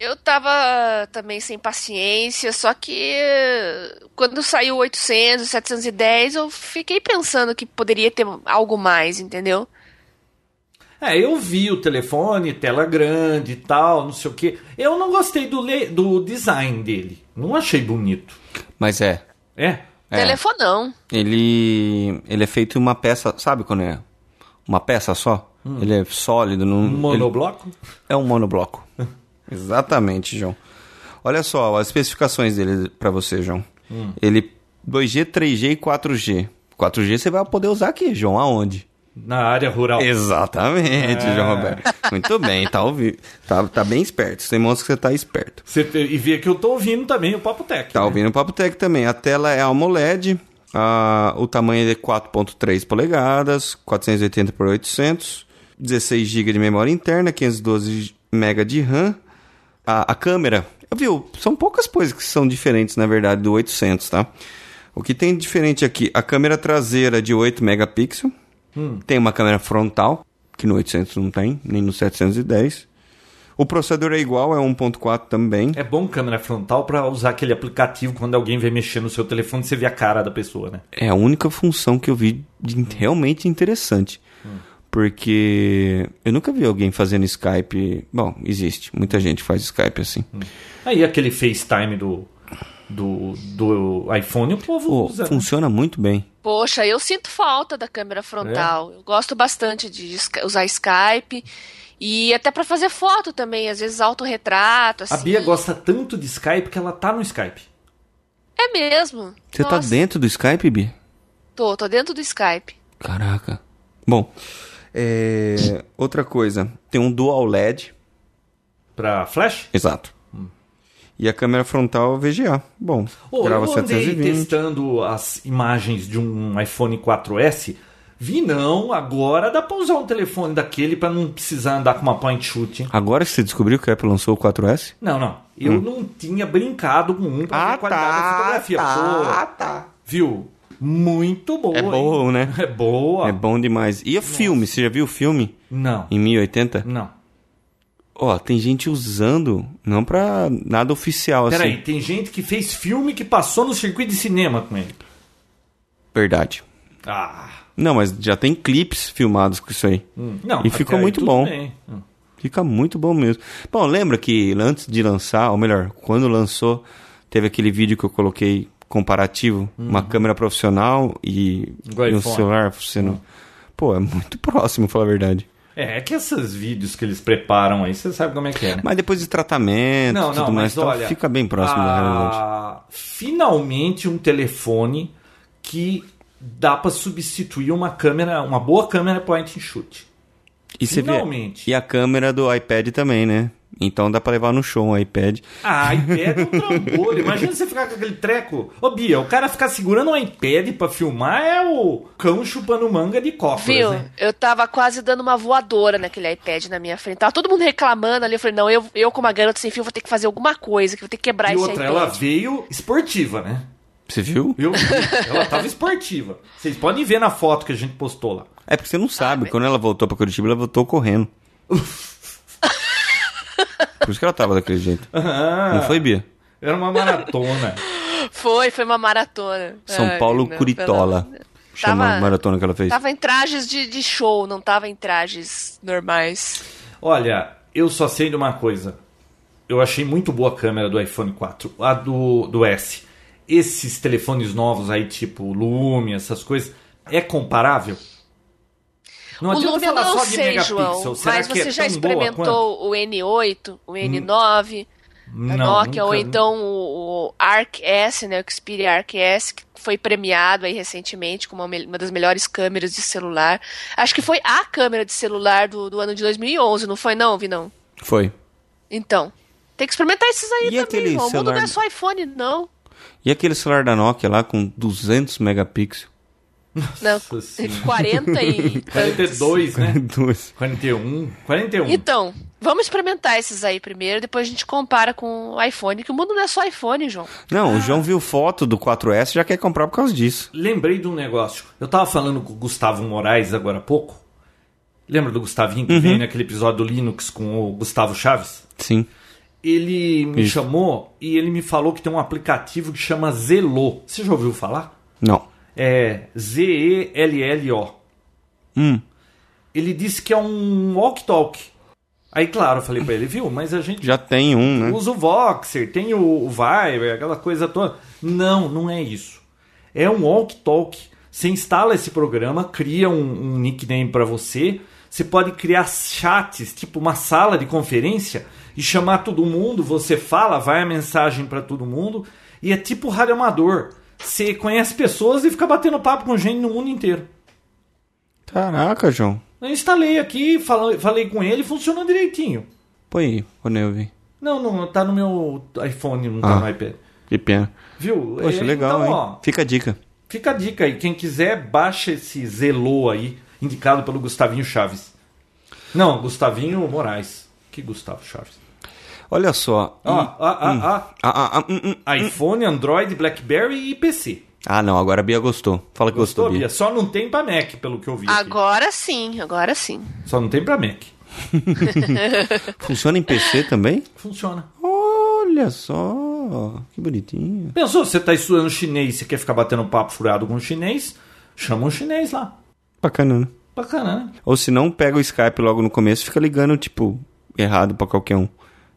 B: Eu tava também sem paciência, só que eh, quando saiu o 800, 710, eu fiquei pensando que poderia ter algo mais, entendeu?
A: É, eu vi o telefone, tela grande e tal, não sei o quê. Eu não gostei do, le- do design dele. Não achei bonito.
C: Mas é.
A: É.
C: É.
B: Telefonão.
C: Ele, ele é feito em uma peça, sabe quando é? Uma peça só? Ele é sólido. Não,
A: Um
C: ele-
A: monobloco?
C: É um monobloco. Exatamente, João. Olha só as especificações dele pra você, João. Ele 2G, 3G e 4G. 4G você vai poder usar aqui, João, aonde?
A: Na área rural.
C: Exatamente,
A: É.
C: João Roberto. Muito bem, tá ouvindo. Tá, tá bem esperto. Você mostra que você tá esperto.
A: Você, e vê que eu tô ouvindo também o Papo Tech.
C: Tá ouvindo o Papo Tech também. A tela é AMOLED, ah, o tamanho é 4.3 polegadas, 480 por 800, 16 GB de memória interna, 512 MB de RAM. A, a câmera, viu? São poucas coisas que são diferentes, na verdade, do 800, tá? O que tem de diferente aqui? A câmera traseira de 8 megapixels, tem uma câmera frontal, que no 800 não tem, nem no 710. O processador é igual, é 1.4 também.
A: É bom câmera frontal pra usar aquele aplicativo quando alguém vai mexer no seu telefone, você vê a cara da pessoa, né?
C: É a única função que eu vi de- realmente interessante. Porque eu nunca vi alguém fazendo Skype. Bom, existe. Muita gente faz Skype assim.
A: Aí aquele FaceTime do, do, do iPhone, o povo
C: Pô,
A: usa. né?
C: funciona muito bem.
B: Poxa, eu sinto falta da câmera frontal.
A: É?
B: Eu gosto bastante de Sky- usar Skype e até pra fazer foto também, às vezes autorretrato, assim.
A: A Bia gosta tanto de Skype que ela tá no Skype.
B: É mesmo.
C: Você tá
B: Nossa,
C: dentro do Skype, Bi?
B: Tô, tô dentro do Skype.
C: Caraca. Bom, é, outra coisa. Tem um Dual LED.
A: Pra Flash?
C: Exato. E a câmera frontal VGA. Bom,
A: Ô,
C: grava
A: eu andei
C: 720.
A: testando as imagens de um iPhone 4S. Vi não, agora dá pra usar um telefone daquele pra não precisar andar com uma point shoot. hein?
C: Agora que você descobriu que a Apple lançou o 4S?
A: Não, não. Eu
C: Hum.
A: não tinha brincado com um pra ver a qualidade da fotografia. Pô,
C: Ah, tá.
A: Viu? Muito boa.
C: É
A: hein?
C: bom, né?
A: É boa.
C: É bom demais. E o filme? Você já viu o filme
A: Não.
C: em 1080?
A: Não.
C: Ó, tem gente usando, não pra nada oficial assim.
A: Peraí, tem gente que fez filme que passou no circuito de cinema com ele.
C: Verdade.
A: Ah.
C: Não, mas já tem clipes filmados com isso aí.
A: hum. Não,
C: E
A: até
C: ficou
A: aí
C: muito
A: tudo
C: bom.
A: bem. Hum.
C: Fica muito bom mesmo. Bom, lembra que antes de lançar, ou melhor, quando lançou, teve aquele vídeo que eu coloquei comparativo, uma câmera profissional e,
A: Do
C: e um
A: Hum. iPhone. Hum.
C: celular funcionando. Pô, é muito próximo, falar a verdade.
A: É, é que esses vídeos que eles preparam aí, você sabe como é que é, né?
C: Mas depois de tratamento,
A: Não,
C: tudo
A: não,
C: mais,
A: mas
C: então
A: olha,
C: fica bem próximo da
A: ah,
C: realidade.
A: Finalmente um telefone que dá pra substituir uma câmera, uma boa câmera point and shoot.
C: E você vê,
A: finalmente.
C: e a câmera do iPad também, né? Então dá pra levar no show um iPad.
A: Ah, iPad é um trambolho. Imagina você ficar com aquele treco. Ô, Bia, o cara ficar segurando um iPad pra filmar é o cão chupando manga de cócoras,
B: Viu?
A: né?
B: Eu tava quase dando uma voadora naquele iPad na minha frente. Tava todo mundo reclamando ali. Eu falei, não, eu, eu como a garota sem fio vou ter que fazer alguma coisa, que eu vou ter que quebrar
A: E
B: esse
A: outra,
B: iPad.
A: ela veio esportiva, né?
C: Você viu?
A: Viu? Ela tava esportiva. Vocês podem ver na foto que a gente postou lá.
C: É porque você não
B: Ah,
C: sabe, quando ela voltou pra Curitiba, ela voltou correndo. Por isso que ela tava daquele jeito.
A: Ah,
C: Não foi, Bia?
A: Era uma maratona.
B: Foi, foi uma maratona.
C: São
B: Ai,
C: Paulo
B: não,
C: Curitola.
B: pelo-
C: Chama
B: Tava-
C: a maratona que ela fez.
B: Tava em trajes de, de show, não tava em trajes normais.
A: Olha, eu só sei de uma coisa. Eu achei muito boa a câmera do iPhone 4, a do, do S. Esses telefones novos aí, tipo Lumia, essas coisas, é comparável? Não
B: o Lumia
A: falar
B: não
A: só de
B: sei,
A: megapixel.
B: João,
A: Será
B: mas
A: que é
B: você já
A: tão boa quanto?
B: experimentou o N8,
C: Hum.
B: o N9, a É Nokia,
A: nunca,
B: ou
C: né?
B: então o, o Arc S, né, o Xperia Arc S, que foi premiado aí recentemente como uma, me- uma das melhores câmeras de celular. Acho que foi a câmera de celular do, do ano de 2011, não foi não, Vinão?
C: Foi.
B: Então, tem que experimentar esses aí
C: E aquele
B: também, João. O mundo não
C: celular-
B: é só iPhone, não.
C: E aquele celular da Nokia lá com 200 megapixels?
B: Não,
A: Nossa senhora.
B: 40 e tantos.
A: 42, né?
C: Dois.
A: 41. 41.
B: Então, vamos experimentar esses aí primeiro, depois a gente compara com o iPhone, que o mundo não é só iPhone, João.
C: Não, o João viu foto do 4S e já quer comprar por causa disso.
A: Lembrei de um negócio. Eu tava falando com o Gustavo Moraes agora há pouco. Lembra do Gustavinho que veio naquele episódio do Linux com o Gustavo Chaves?
C: Sim.
A: ele me
C: Isso.
A: chamou e ele me falou que tem um aplicativo que chama Zello. Você já ouviu falar?
C: Não.
A: É Z-E-L-L-O.
C: Hum.
A: Ele disse que é um walk-talk. Aí, claro, eu falei pra ele, viu? Mas a gente
C: Já tem um, né?
A: usa o Voxer, tem o, o Viber, aquela coisa toda. Não, não é isso. É um walk-talk. Você instala esse programa, cria um, um nickname pra você. Você pode criar chats, tipo uma sala de conferência, e chamar todo mundo. Você fala, vai a mensagem pra todo mundo. E é tipo rádio amador. Você conhece pessoas e fica batendo papo com gente no mundo inteiro.
C: Caraca, João.
A: Eu instalei aqui, fala- falei com ele, funcionou direitinho.
C: Põe aí, ô Neuvi.
A: Não, não, tá no meu iPhone, não
C: Ah.
A: tá no iPad.
C: Que pena.
A: Viu?
C: Poxa,
A: É,
C: legal,
A: então,
C: hein?
A: ó,
C: Fica a dica.
A: fica a dica aí. Quem quiser, baixa esse Zelô aí, indicado pelo Gustavinho Chaves. Não, Gustavinho Moraes. Que Gustavo Chaves?
C: Olha só.
A: Ó,
C: e-
A: ah, ah,
C: Ah, ah, ah, hum, hum.
A: ah, iPhone, Android, Blackberry e PC.
C: Ah, não, agora a Bia gostou. Fala que gostou,
A: Gostou, Bia?
C: Bia.
A: Só não tem pra Mac, pelo que eu vi. aqui.
B: Agora sim, agora sim.
A: Só não tem pra Mac.
C: Funciona em PC também?
A: Funciona.
C: Olha só, que bonitinho.
A: Pensou, você tá estudando chinês, você quer ficar batendo papo furado com o chinês? Chama um chinês lá.
C: Bacana, né?
A: Bacana, né?
C: Ou se não, pega o Skype logo no começo e fica ligando, tipo, errado pra qualquer um.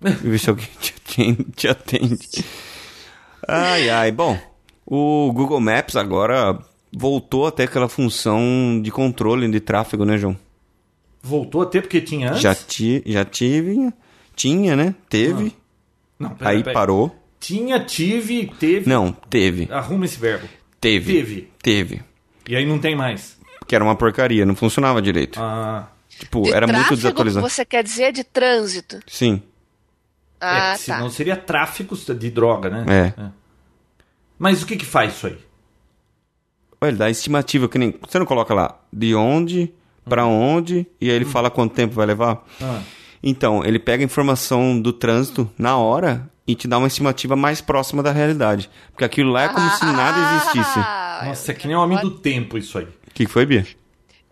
C: E ver se alguém te atende, te atende. Ai, ai. Bom, o Google Maps agora voltou até aquela função de controle de tráfego, né, João?
A: Voltou a ter porque tinha antes?
C: Já, ti, já tive, tinha, né? Teve,
A: Não, Ah, pera,
C: aí
A: pera.
C: parou.
A: Tinha, tive, teve.
C: Não, teve,
A: Arruma esse verbo.
C: teve,
A: Ah, Teve.
C: teve.
A: E aí não tem mais.
C: Que era uma porcaria, não funcionava direito.
A: Ah,
C: tipo,
B: De
C: era muito
B: tráfego,
C: desatualizado.
B: Você quer dizer de trânsito?
C: Sim.
B: Ah,
A: é,
B: tá.
A: senão seria tráfico de droga, né?
C: É.
A: Mas o que que faz isso aí?
C: Ué, ele dá estimativa, que nem. Você não coloca lá de onde, pra onde, e aí ele fala quanto tempo vai levar?
A: Ah,
C: Então, ele pega a informação do trânsito na hora e te dá uma estimativa mais próxima da realidade. Porque aquilo lá é como se nada existisse.
B: Ah,
A: nossa, é que nem o homem do tempo isso aí.
C: O que que foi, Bia?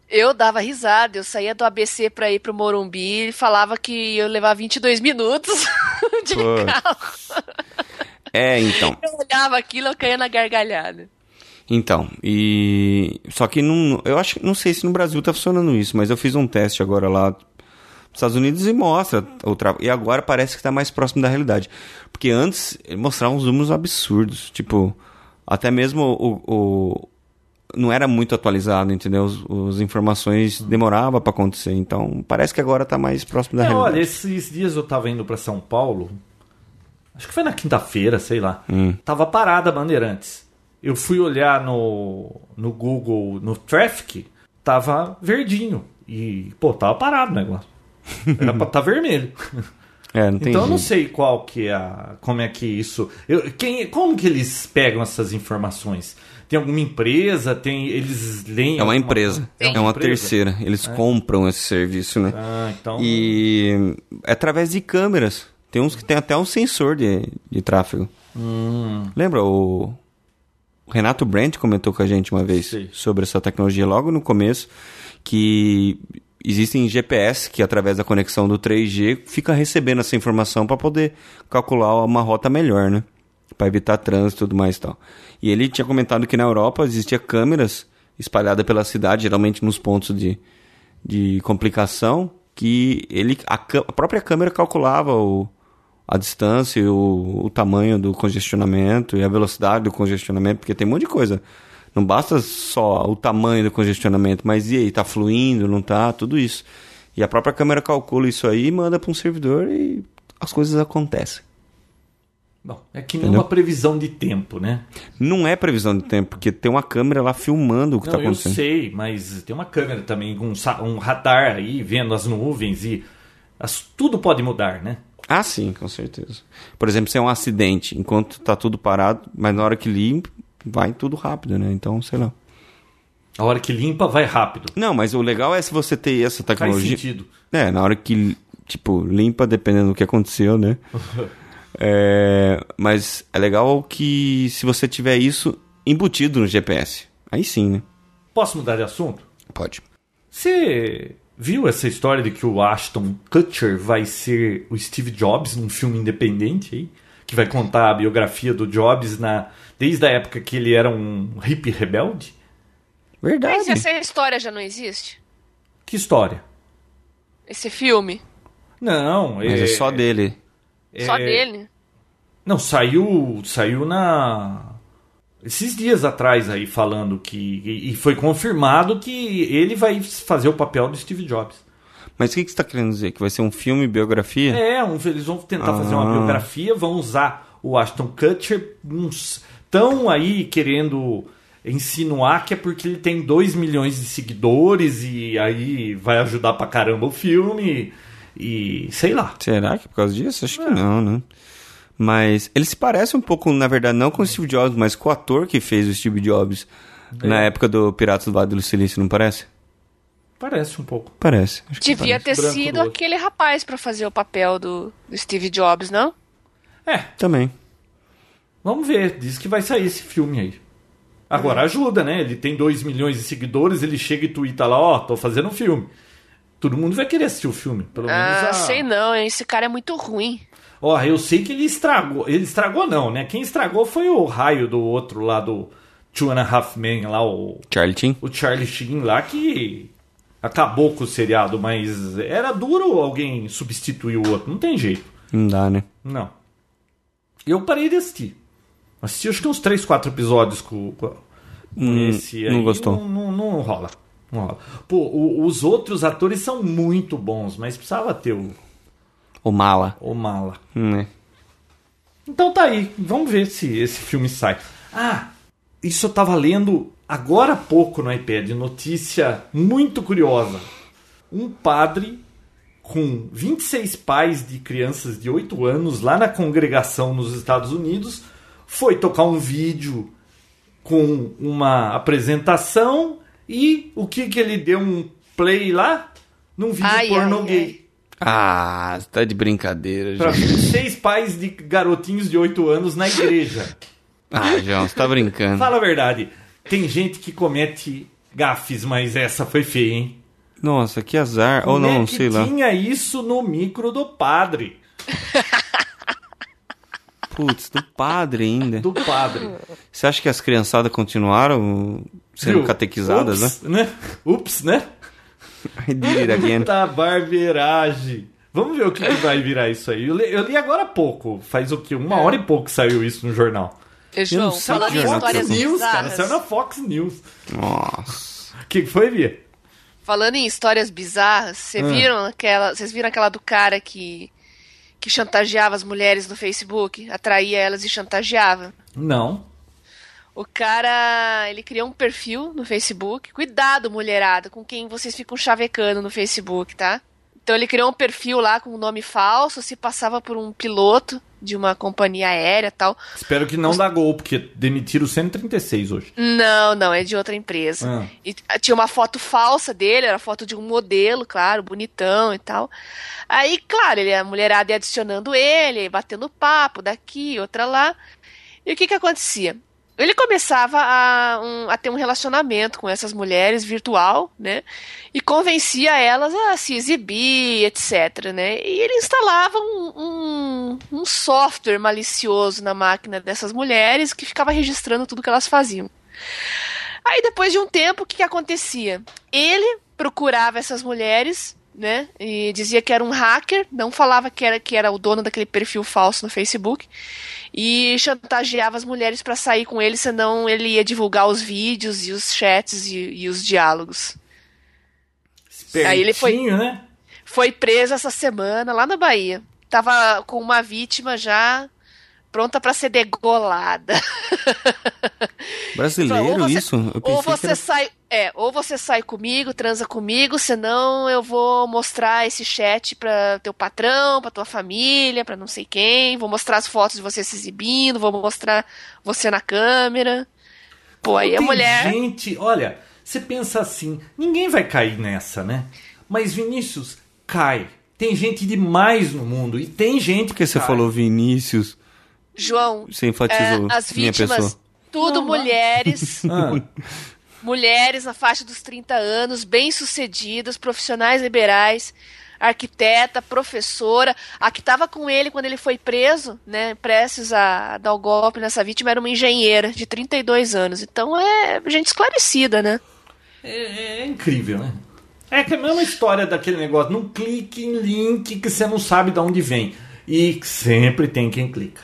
B: Eu dava risada, eu saía do ABC pra ir pro Morumbi e falava que eu levava 22 minutos de
C: Putz.
B: carro.
C: É, então.
B: Eu olhava aquilo, eu caía na gargalhada.
C: Então, e. Só que não. Eu acho que não sei se no Brasil tá funcionando isso, mas eu fiz um teste agora lá nos Estados Unidos e mostra o tra... E agora parece que tá mais próximo da realidade. Porque antes mostrava uns números absurdos. Tipo, até mesmo o. o... Não era muito atualizado, entendeu? Os- As informações demorava para acontecer. Então, parece que agora tá mais próximo da
A: É,
C: realidade.
A: olha, esses dias eu tava indo pra São Paulo. Acho que foi na quinta-feira, sei lá.
C: Hum.
A: Tava parada a Bandeirantes. Eu fui olhar no, no Google, no Traffic, tava verdinho. E, pô, tava parado o negócio. Era pra tá vermelho.
C: É, não tem
A: Então eu não
C: jeito.
A: sei qual que é a, como é que isso, eu- quem, como que eles pegam essas informações? Tem alguma empresa? Tem eles leem?
C: É uma
A: alguma-
C: empresa. É uma,
A: empresa? É.
C: terceira. Eles compram esse serviço, né?
A: Ah, então.
C: E é através de câmeras. Tem uns que tem até um sensor de, de tráfego. Lembra o... o Renato Brandt comentou com a gente uma vez
A: Sim.
C: sobre essa tecnologia logo no começo que existem GPS que através da conexão do 3G fica recebendo essa informação para poder calcular uma rota melhor, né? Para evitar trânsito e tudo mais e tal. E ele tinha comentado que na Europa existia câmeras espalhadas pela cidade, geralmente nos pontos de, de complicação, que ele a, cã- a própria câmera calculava o, a distância, e o, o tamanho do congestionamento e a velocidade do congestionamento, porque tem um monte de coisa. Não basta só o tamanho do congestionamento, mas e aí, tá fluindo, não tá, tudo isso. E a própria câmera calcula isso aí, manda para um servidor e as coisas acontecem.
A: Bom, é que nem uma previsão de tempo, né?
C: Não é previsão de tempo, porque tem uma câmera lá filmando o que
A: Não,
C: tá
A: eu
C: acontecendo.
A: sei, mas tem uma câmera também com um, sa- um radar aí vendo as nuvens e as- tudo pode mudar, né?
C: Ah, sim, com certeza. Por exemplo, se é um acidente, enquanto tá tudo parado, mas na hora que limpa, vai tudo rápido, né? Então, sei lá.
A: A hora que limpa vai rápido.
C: Não, mas o legal é se você ter essa
A: Faz
C: tecnologia.
A: sentido.
C: É, na hora que, tipo, limpa, dependendo do que aconteceu, né? É, mas é legal que se você tiver isso embutido no GPS. Aí sim, né?
A: Posso mudar de assunto?
C: Pode.
A: Você viu essa história de que o Ashton Kutcher vai ser o Steve Jobs num filme independente aí? Que vai contar a biografia do Jobs na, desde a época que ele era um hippie rebelde?
B: Mas
C: Verdade.
B: essa história já não existe?
A: Que história?
B: Esse filme?
A: Não,
C: Mas é só dele.
B: Só
A: É.
B: dele?
A: Não, saiu, saiu na esses dias atrás aí falando que e e foi confirmado que ele vai fazer o papel do Steve Jobs.
C: Mas o que, que você tá querendo dizer? Que vai ser um filme, biografia?
A: É, um- eles vão tentar fazer uma
C: Ah.
A: biografia, vão usar o Ashton Kutcher, estão aí querendo insinuar que é porque ele tem 2 milhões de seguidores e aí vai ajudar pra caramba o filme e sei lá.
C: Será que é por causa disso? Acho que não, né? Mas ele se parece um pouco, na verdade, não com o Steve Jobs, mas com o ator que fez o Steve Jobs na época do Piratas do Vale do Silício, não parece?
A: Parece um pouco.
C: Parece. Acho que
B: Devia ter
A: tipo, branco do
B: sido
A: outro.
B: aquele rapaz pra fazer o papel do, do Steve Jobs, não?
A: É,
C: Também.
A: vamos ver, diz que vai sair esse filme aí. Agora ajuda, né? Ele tem 2 milhões de seguidores, ele chega e tuita lá, ó, tô fazendo um filme. Todo mundo vai querer assistir o filme, pelo menos
B: Ah,
A: a-
B: sei não, hein? esse cara é muito ruim.
A: Ó, eu sei que ele estragou. Ele estragou não, né? Quem estragou foi o raio do outro lá do Two and a Half Men lá, o,
C: Charlie Chin?
A: o Charlie Sheen lá, que acabou com o seriado, mas era duro alguém substituir o outro. Não tem jeito.
C: Não dá, né?
A: Não. Eu parei de assistir. Assisti acho que uns 3, 4 episódios com, com com esse aí.
C: Hum, não gostou.
A: Não, não, não rola. Não rola. Pô, o- os outros atores são muito bons, mas precisava ter o,
C: O Mala.
A: o Mala.
C: Né?
A: Então tá aí, vamos ver se esse filme sai. Ah, isso eu tava lendo agora há pouco no iPad, notícia muito curiosa. Um padre com 26 pais de crianças de 8 anos lá na congregação nos Estados Unidos foi tocar um vídeo com uma apresentação e o que que ele deu um play lá? Num vídeo
B: Ai,
A: pornô
B: ai,
A: gay.
B: ai.
C: Ah, tá de brincadeira,
A: Pra
C: João.
A: seis pais de garotinhos de 8 anos na igreja.
C: Ah, João, você tá brincando.
A: Fala a verdade. Tem gente que comete gafes, mas essa foi feia, hein?
C: Nossa, que azar. Ou
A: Como é
C: não,
A: que
C: sei lá.
A: tinha isso no micro do padre.
C: Putz, do padre ainda.
A: do padre.
C: Você acha que as criançadas continuaram sendo
A: Viu?
C: catequizadas, né?
A: Ups, né? Ups, né?
C: I did it again.
A: Puta barbeiragem. Vamos ver o que, que vai virar isso aí. Eu li, eu li agora há pouco. Faz o quê? Uma hora e pouco que saiu isso no jornal.
B: E, É. João,
C: sei
A: Saiu na
B: falando em
C: que jornal
B: histórias
C: que eu
A: News, cara.
B: bizarras.
A: Saiu na Fox News.
C: Nossa.
A: O que que foi, Bia?
B: Falando em histórias bizarras, vocês viram aquela, vocês viram aquela do cara que que chantageava as mulheres no Facebook, atraía elas e chantageava?
A: Não.
B: O cara, ele criou um perfil no Facebook. Cuidado, mulherada, com quem vocês ficam chavecando no Facebook, tá? Então ele criou um perfil lá com um nome falso, se passava por um piloto de uma companhia aérea e tal.
A: Espero que não dá gol, porque demitiram 136 hoje.
B: Não, não, é de outra empresa.
A: Ah.
B: E t- tinha uma foto falsa dele, era foto de um modelo, claro, bonitão e tal. Aí, claro, ele, a mulherada ia adicionando ele, batendo papo daqui, outra lá. E o que que acontecia? Ele começava a, um- a ter um relacionamento com essas mulheres virtual, né? E convencia elas a se exibir, etc, né? E ele instalava um, um- um software malicioso na máquina dessas mulheres que ficava registrando tudo que elas faziam. Aí depois de um tempo, o que, que acontecia? Ele procurava essas mulheres, né? E dizia que era um hacker, não falava que era, que era o dono daquele perfil falso no Facebook. E chantageava as mulheres para sair com ele, senão ele ia divulgar os vídeos e os chats e, e os diálogos. Aí ele foi-
A: Espertinho, né?
B: Foi preso essa semana lá na Bahia. Tava com uma vítima já pronta para ser degolada.
C: Brasileiro
B: Ou você-
C: isso? Eu pensei
B: Ou
C: que
B: você
C: era...
B: sai, é, ou você sai comigo, transa comigo, senão eu vou mostrar esse chat pra teu patrão, pra tua família, pra não sei quem, vou mostrar as fotos de você se exibindo, vou mostrar você na câmera. Pô, aí a
A: Tem
B: mulher,
A: Gente, olha, você pensa assim, ninguém vai cair nessa, né? Mas Vinícius cai. Tem gente demais no mundo e tem gente
C: Por que você
A: cai.
C: falou Vinícius?
B: João,
C: Você
B: é,
C: enfatizou
B: as
C: minha
B: vítimas,
C: pessoa.
B: tudo mulheres,
A: Ah,
B: mulheres na faixa dos 30 anos, bem-sucedidas, profissionais liberais, arquiteta, professora. A que estava com ele quando ele foi preso, né, prestes a dar o golpe nessa vítima, era uma engenheira de 32 anos. Então é gente esclarecida, né?
A: é, é incrível, né? É que é a mesma história daquele negócio, não clique em link que você não sabe de onde vem. E sempre tem quem clica.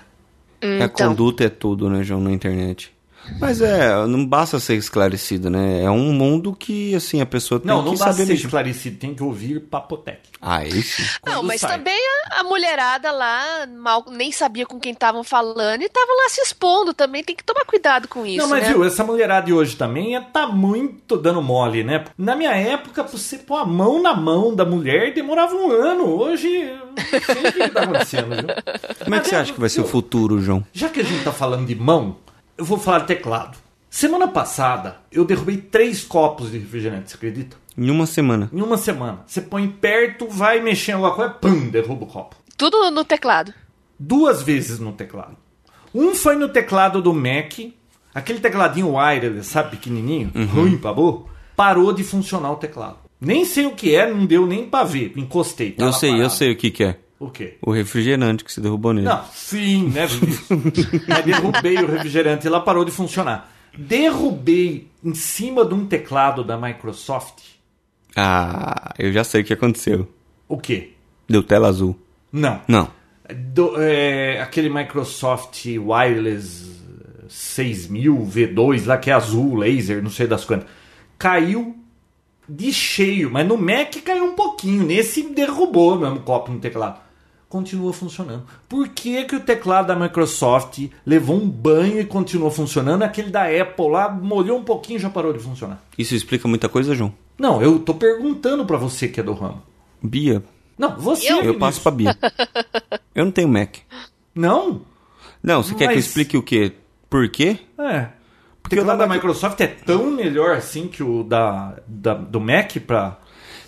C: A
B: então.
C: conduta é tudo, né, João, na internet. Mas é, não basta ser esclarecido, né? É um mundo que, assim, a pessoa tem
A: Não,
C: que
A: não basta
C: saber
A: ser
C: mexer.
A: esclarecido, tem que ouvir Papotec.
C: Ah, isso?
B: Não,
A: Quando
B: mas tá
A: sai.
B: também a, a mulherada lá mal nem sabia com quem estavam falando e estava lá se expondo também. Tem que tomar cuidado com isso,
A: não, mas
B: né?
A: viu, essa mulherada de hoje também é, tá muito dando mole, né? Na minha época, pra você pôr a mão na mão da mulher demorava um ano. Hoje, eu não sei o que que tá acontecendo, viu?
C: Como é que você acha que vai ser o futuro, João?
A: Já que a gente tá falando de mão, eu vou falar de teclado. Semana passada, eu derrubei três copos de refrigerante, você acredita?
C: Em uma semana.
A: Em uma semana. Você põe perto, vai mexendo alguma coisa, pum, derruba o copo.
B: Tudo no teclado.
A: duas vezes no teclado. Um foi no teclado do Mac, aquele tecladinho wireless, sabe, pequenininho,
C: Uhum.
A: ruim pra burro, parou de funcionar o teclado. Nem sei o que é, não deu nem pra ver, encostei. tava
C: Eu sei, eu
A: parado.
C: sei o que que é.
A: O quê?
C: O refrigerante que se derrubou nele.
A: Não, sim, né, Vinícius? Mas derrubei o refrigerante e lá parou de funcionar. Derrubei em cima de um teclado da Microsoft.
C: Ah, eu já sei o que aconteceu.
A: O quê?
C: Deu tela azul.
A: Não.
C: Não.
A: Do- é, aquele Microsoft Wireless 6000 V2 lá que é azul, laser, não sei das quantas. Caiu de cheio, mas no Mac caiu um pouquinho. Nesse derrubou mesmo o copo no teclado. Continua funcionando. Por que, que o teclado da Microsoft levou um banho e continuou funcionando? Aquele da Apple lá molhou um pouquinho e já parou de funcionar.
C: Isso explica muita coisa, João.
A: Não, eu tô perguntando pra você que é do ramo.
C: Bia,
A: Não, você.
C: eu
A: Vinícius.
C: passo pra Bia. Eu não tenho Mac.
A: Não?
C: Não, você quer que eu
A: Mas-
C: explique o quê? Por quê?
A: É. Porque o lá da Microsoft é tão melhor assim que o da, da- do Mac pra.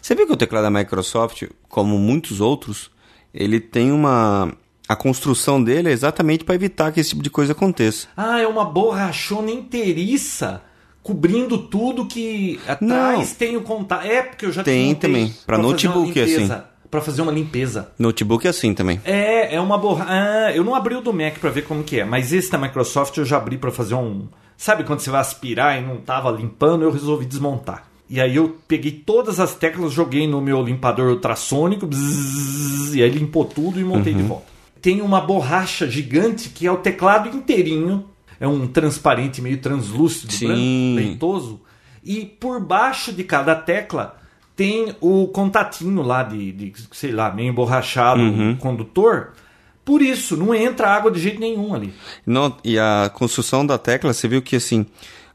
C: Você viu que o teclado da Microsoft, como muitos outros, ele tem uma. A construção dele é exatamente para evitar que esse tipo de coisa aconteça.
A: Ah, é uma borrachona inteiriça cobrindo tudo que atrás
C: Não.
A: tem o contato. É, porque eu já
C: Tem
A: te contei
C: também, pra
A: fazer uma
C: notebook, assim.
A: limpeza. para fazer uma limpeza.
C: Notebook é assim também.
A: É, é uma borra. Ah, eu não abri o do Mac para ver como que é, mas esse da Microsoft eu já abri para fazer um. Sabe quando você vai aspirar e não tava limpando, eu resolvi desmontar. E aí eu peguei todas as teclas, joguei no meu limpador ultrassônico, bzzz, e aí limpou tudo e montei de volta. Tem uma borracha gigante que é o teclado inteirinho. É um transparente meio translúcido,
C: Sim.
A: branco, leitoso. E por baixo de cada tecla tem o contatinho lá de, de, sei lá, meio emborrachado,
C: Uhum.
A: um condutor. Por isso, não entra água de jeito nenhum ali.
C: Não, e a construção da tecla, você viu que assim,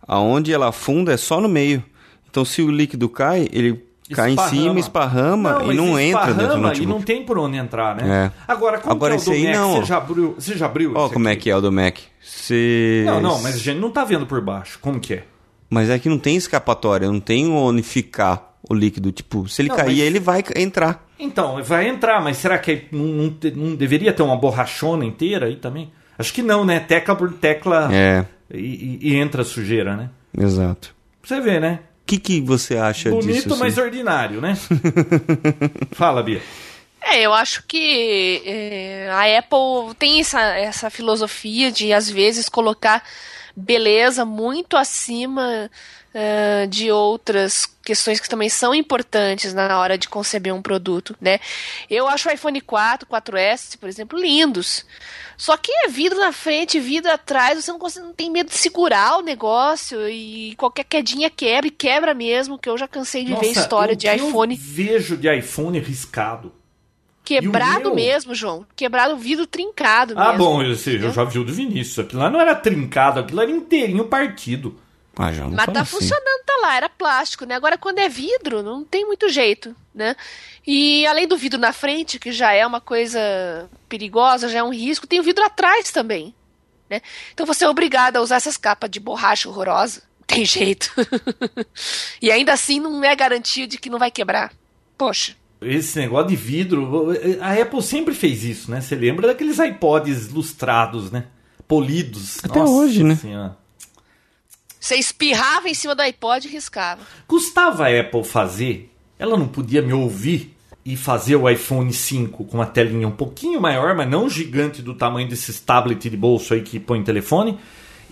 C: aonde ela afunda é só no meio. Então se o líquido cai, ele cai em
A: Esparrama.
C: cima, esparrama e
A: mas
C: não entra
A: esparrama
C: dentro do
A: E não
C: notebook.
A: tem por onde entrar, né?
C: É.
A: Agora, como
C: Agora
A: que é o
C: esse
A: do
C: aí
A: Mac?
C: não.
A: Você já abriu? Você já abriu?
C: Ó,
A: esse
C: como é
A: aqui?
C: que é o do Mac. Se...
A: Não, não, mas a gente não tá vendo por baixo. Como que é?
C: Mas é que não tem escapatória, não tem onde ficar o líquido. Tipo, se ele
A: Não,
C: cair,
A: mas-
C: ele vai entrar.
A: Então, vai entrar, mas será que aí não, não te- não deveria ter uma borrachona inteira aí também? Acho que não, né? Tecla por tecla
C: É,
A: e, e- e entra sujeira, né?
C: exato.
A: Pra você ver, né?
C: O que, que você acha disso?
A: Bonito,
C: assim?
A: mas ordinário, né? Fala, Bia.
B: É, eu acho que é, a Apple tem essa, essa filosofia de, às vezes, colocar beleza muito acima é, de outras questões que também são importantes na hora de conceber um produto, né? Eu acho o iPhone 4, 4S, por exemplo, lindos. Só que é vidro na frente, vidro atrás, você não, consegue- não tem medo de segurar o negócio e qualquer quedinha quebra, e quebra mesmo, que eu já cansei de ver história
A: o
B: de
A: que
B: iPhone
A: Eu vejo de iPhone riscado. E o
B: Quebrado
A: meu?
B: mesmo, João. Quebrado o vidro trincado mesmo.
A: Ah, bom, eu, sei, eu já vi o do Vinícius. Aquilo lá não era trincado, aquilo era inteirinho partido.
C: Ah, já não
B: Mas
C: fala
B: tá
C: assim.
B: funcionando, tá lá, era plástico, né? Agora quando é vidro, não tem muito jeito, né? E além do vidro na frente, que já é uma coisa perigosa, já é um risco, tem o vidro atrás também, né? Então você é obrigado a usar essas capas de borracha horrorosa. Não Tem jeito. e ainda assim não é garantia de que não vai quebrar. Poxa.
A: Esse negócio de vidro, é, a Apple sempre fez isso, né? Você lembra daqueles iPods lustrados, né? Polidos.
C: Até hoje, né?
A: Senhora.
B: Você espirrava em cima do iPod e riscava.
A: Custava a Apple fazer? Ela não podia me ouvir e fazer o iPhone 5 com uma telinha um pouquinho maior, mas não gigante do tamanho desses tablet de bolso aí que põe telefone,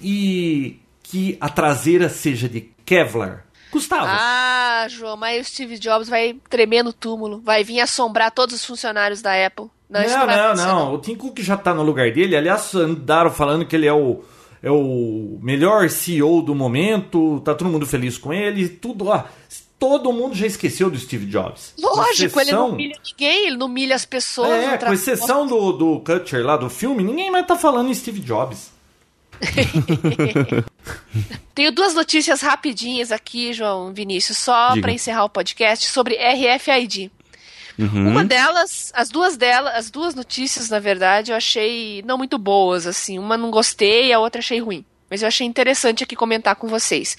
A: e que a traseira seja de Kevlar. Custava.
B: Ah, João, mas o Steve Jobs vai tremer no túmulo, vai vir assombrar todos os funcionários da Apple. Não, isso não, é vai
A: não, não,
B: acontecer,
A: O Tim Cook já tá no lugar dele. Aliás, andaram falando que ele é o, é o melhor CEO do momento. Tá todo mundo feliz com ele. Tudo, ó, todo mundo já esqueceu do Steve Jobs. Com
B: Lógico, ele não
A: exceção-
B: humilha ninguém, ele não humilha as pessoas.
A: É,
B: não
A: com
B: trata-
A: exceção do, do Cutcher lá do filme, ninguém mais tá falando em Steve Jobs.
B: Tenho duas notícias rapidinhas aqui, João Vinícius, só
C: Diga.
B: para encerrar o podcast sobre RFID. Uma delas, as duas delas, as duas notícias, na verdade, eu achei não muito boas, assim. Uma não gostei, a outra achei ruim. Mas eu achei interessante aqui comentar com vocês.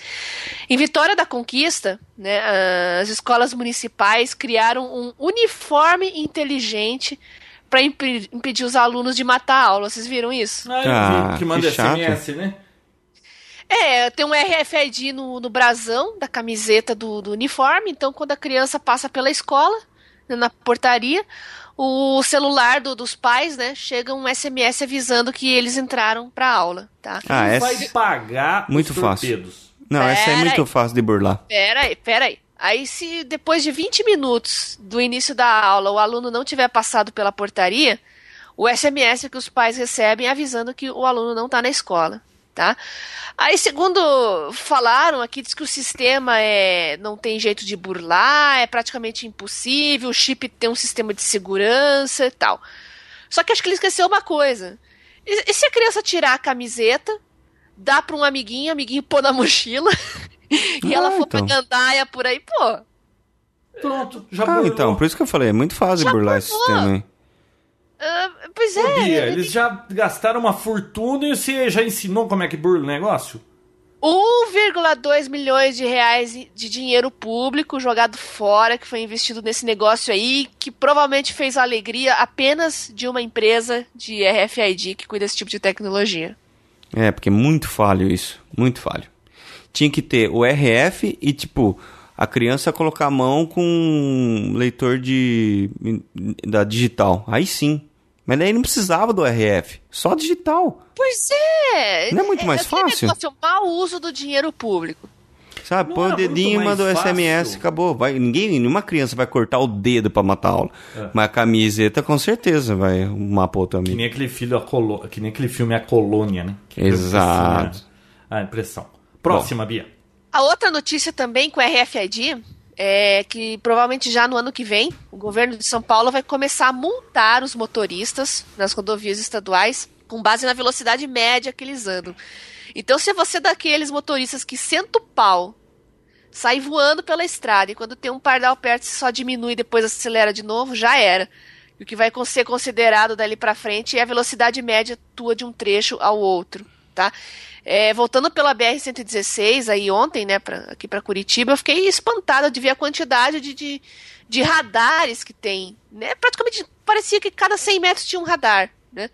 B: Em Vitória da Conquista, né, ah, as escolas municipais criaram um uniforme inteligente para impedir os alunos de matar a aula. Vocês viram isso?
A: Ah,
C: Ah,
A: que manda
C: que chato.
A: SMS, né?
B: É, tem um RFID no, no brasão da camiseta do, do uniforme, então quando a criança passa pela escola, né, na portaria, o celular do- dos pais, né, chega um SMS avisando que eles entraram pra aula, tá?
C: Ah,
A: Quem
C: essa...
A: vai pagar
C: Muito
A: os
C: fácil.
A: torpedos.
C: Não, essa é
B: Pera
C: muito
B: aí.
C: fácil de burlar.
B: Pera aí, pera aí. Aí se depois de 20 minutos do início da aula o aluno não tiver passado pela portaria, o SMS que os pais recebem avisando que o aluno não está na escola, tá? Aí segundo falaram aqui diz que o sistema é não tem jeito de burlar, é praticamente impossível, o chip tem um sistema de segurança e tal. Só que acho que ele esqueceu uma coisa. E, e se a criança tirar a camiseta, dá para um amiguinho, amiguinho pôr na mochila e
C: Ah,
B: ela for
C: então.
B: pra gandaia por aí, pô.
A: Pronto, já
C: Ah,
A: burlou.
C: então, por isso que eu falei, é muito fácil de burlar esse
B: burlou.
C: sistema, hein?
B: Ah, pois
A: Ô,
B: é.
A: Bia, eles já gastaram uma fortuna e você já ensinou como é que burla o negócio?
B: 1,2 milhões de reais de dinheiro público jogado fora, que foi investido nesse negócio aí, que provavelmente fez a alegria apenas de uma empresa de RFID que cuida desse tipo de tecnologia.
C: É, porque é muito falho isso. Muito falho. Tinha que ter o RF e, tipo, a criança colocar a mão com um leitor de da digital. Aí sim. Mas daí não precisava do RF, só digital.
B: Pois é.
C: Não é muito mais
B: aquele
C: fácil?
B: Negócio, o mau uso do dinheiro público.
C: Sabe,
A: Não
C: põe o
A: era muito
C: dedinho,
A: mais
C: manda o
A: fácil?
C: SMS, acabou. Vai, ninguém, nenhuma criança vai cortar o dedo pra matar aula. Mas a camiseta com certeza vai arrumar pra outro
A: É. Que
C: amigo.
A: nem aquele filho a colo... que nem aquele filme A Colônia, né? Que deu
C: Exato.
A: impressão, né? A impressão. Próxima, Bia.
B: A outra notícia também com RFID é que provavelmente já no ano que vem o governo de São Paulo vai começar a multar os motoristas nas rodovias estaduais com base na velocidade média que eles andam. Então, se você é daqueles motoristas que senta o pau, sai voando pela estrada e quando tem um pardal perto você só diminui e depois acelera de novo, já era. E o que vai con- ser considerado dali pra frente é a velocidade média tua de um trecho ao outro, tá? É, voltando pela BR-116 aí ontem, né, pra, aqui para Curitiba, eu fiquei espantada de ver a quantidade de, de, de radares que tem, né? Praticamente parecia que cada 100 metros tinha um radar, né?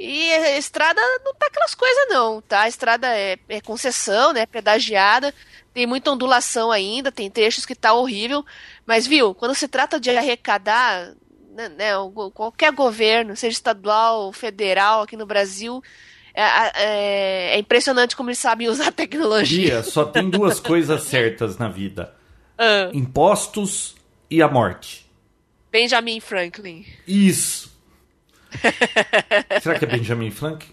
B: E a estrada não tá aquelas coisas não, tá? A estrada é, é concessão, né, pedagiada, tem muita ondulação ainda, tem trechos que tá horrível, mas viu, quando se trata de arrecadar, né, né, o go- qualquer governo, seja estadual, federal, aqui no Brasil, é, é- é impressionante como eles sabem usar a tecnologia.
A: Bia, só tem duas coisas certas na vida:
B: Ah,
A: impostos e a morte.
B: Benjamin Franklin.
A: Isso. Será que é Benjamin Frank?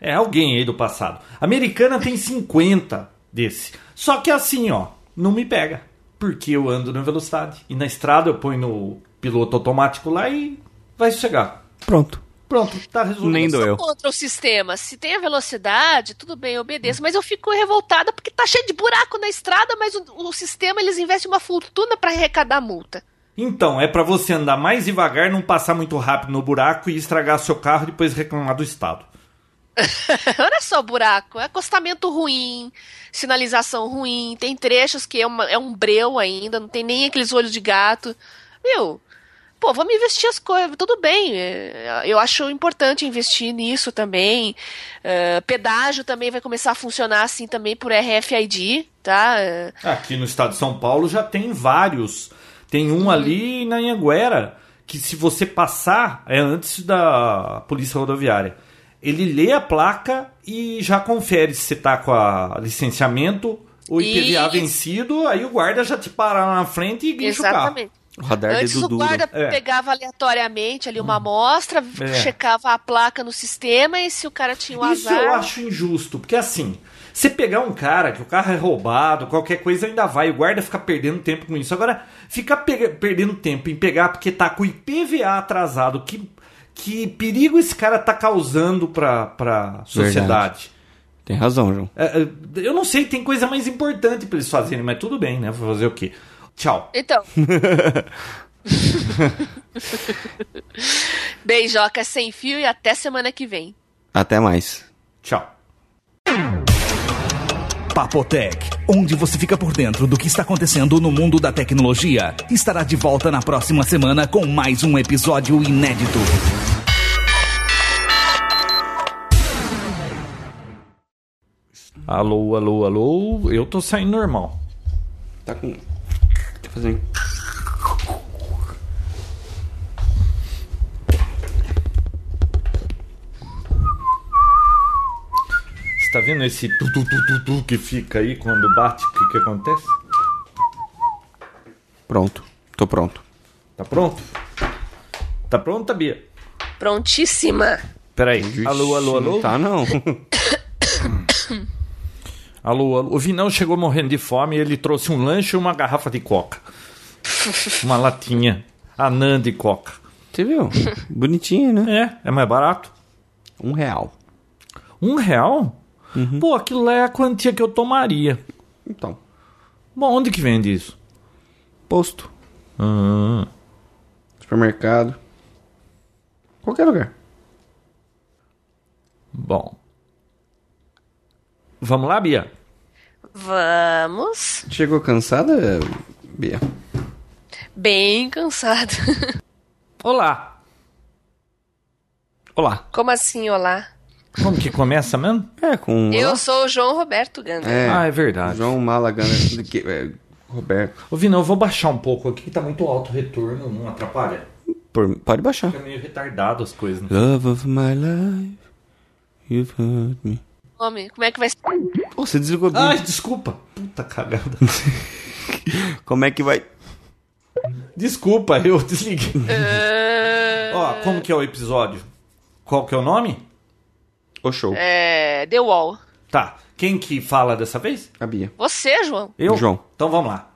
A: É alguém aí do passado. Americana tem 50 desse. Só que assim, ó, não me pega. Porque eu ando na velocidade. E na estrada eu ponho no piloto automático lá e vai chegar.
C: Pronto.
A: Pronto, tá resolvido.
C: Nem doeu.
B: Contra o sistema. Se tem a velocidade, tudo bem, eu obedeço. Mas eu fico revoltada porque tá cheio de buraco na estrada, mas o, o sistema eles investem uma fortuna para arrecadar multa.
A: Então, é pra você andar mais devagar, não passar muito rápido no buraco e estragar seu carro e depois reclamar do Estado.
B: Olha só o buraco. É acostamento ruim, sinalização ruim. Tem trechos que é, uma- é um breu ainda, não tem nem aqueles olhos de gato. Meu, pô, vamos investir as coisas. Tudo bem. é, Eu acho importante investir nisso também. É, pedágio também vai começar a funcionar assim também por RFID, tá? É,
A: Aqui no estado de São Paulo já tem vários. Tem um ali na Anhanguera, que se você passar, é antes da polícia rodoviária. Ele lê a placa e já confere se você tá com a licenciamento ou IPVA
B: Isso.
A: vencido, aí o guarda já te para lá na frente e guincha o carro.
B: Exatamente.
C: O radar de
B: Antes o
C: Dudu.
B: guarda
A: É. Hum.
B: pegava aleatoriamente ali uma amostra,
A: É.
B: checava a placa no sistema e se o cara tinha um
A: Isso
B: azar.
A: eu acho injusto, porque assim, você pegar um cara que o carro é roubado, qualquer coisa ainda vai, o guarda fica perdendo tempo com isso. Agora, ficar pega- perdendo tempo em pegar porque tá com o IPVA atrasado, que, que perigo esse cara tá causando pra, pra sociedade?
C: Tem razão, João.
A: É, é, eu não sei, tem coisa mais importante pra eles fazerem, mas tudo bem, né? Vou fazer o quê? Tchau.
B: Então. Beijoca sem fio e até semana que vem.
C: Até mais.
A: Tchau.
D: Papotec, onde você fica por dentro do que está acontecendo no mundo da tecnologia, estará de volta na próxima semana com mais um episódio inédito.
A: Alô, alô, alô. Eu tô saindo normal.
C: Tá com. Tá fazendo.
A: Você tá vendo esse tu, tu, tu, tu, tu que fica aí quando bate? O que, que acontece?
C: Pronto. Tô pronto.
A: Tá pronto? Tá pronta, Bia?
B: Prontíssima.
A: Peraí. alô, alô,
C: Não
A: alô.
C: Tá não.
A: Alô, alô. O Vinão chegou morrendo de fome e ele trouxe um lanche e uma garrafa de coca. uma latinha. Anã de coca.
C: Você viu? Bonitinho, né?
A: É, é mais barato.
C: Um real.
A: Um real? Pô, aquilo lá é a quantia que eu tomaria.
C: Então.
A: Bom, onde que vende isso?
C: Posto. Supermercado. Qualquer lugar.
A: Bom. Vamos lá, Bia?
B: Vamos.
C: Chegou cansada, Bia?
B: Bem cansado.
A: Olá. Olá.
B: Como assim, olá?
A: Como que começa mesmo?
C: É, com.
B: Eu sou o João Roberto Gandra.
C: É,
A: Ah, é verdade.
C: João Malagana. que- é, Roberto.
A: Ô, Vina, eu vou baixar um pouco aqui, que tá muito alto o retorno, não atrapalha.
C: Por- pode baixar.
A: Fica meio retardado as coisas. Né?
C: Love of my life, you've hurt me.
B: Homem, como é que vai ser?
C: Pô, você desligou tudo.
A: Ai, desculpa. Puta cagada.
C: Como é que vai?
A: Desculpa, eu desliguei.
B: Ah,
A: Ó, como que é o episódio? Qual que é o nome?
C: O show.
B: é, The Wall.
A: Tá. Quem que fala dessa vez?
C: A Bia.
B: Você, João.
A: Eu?
C: João.
A: Então vamos lá.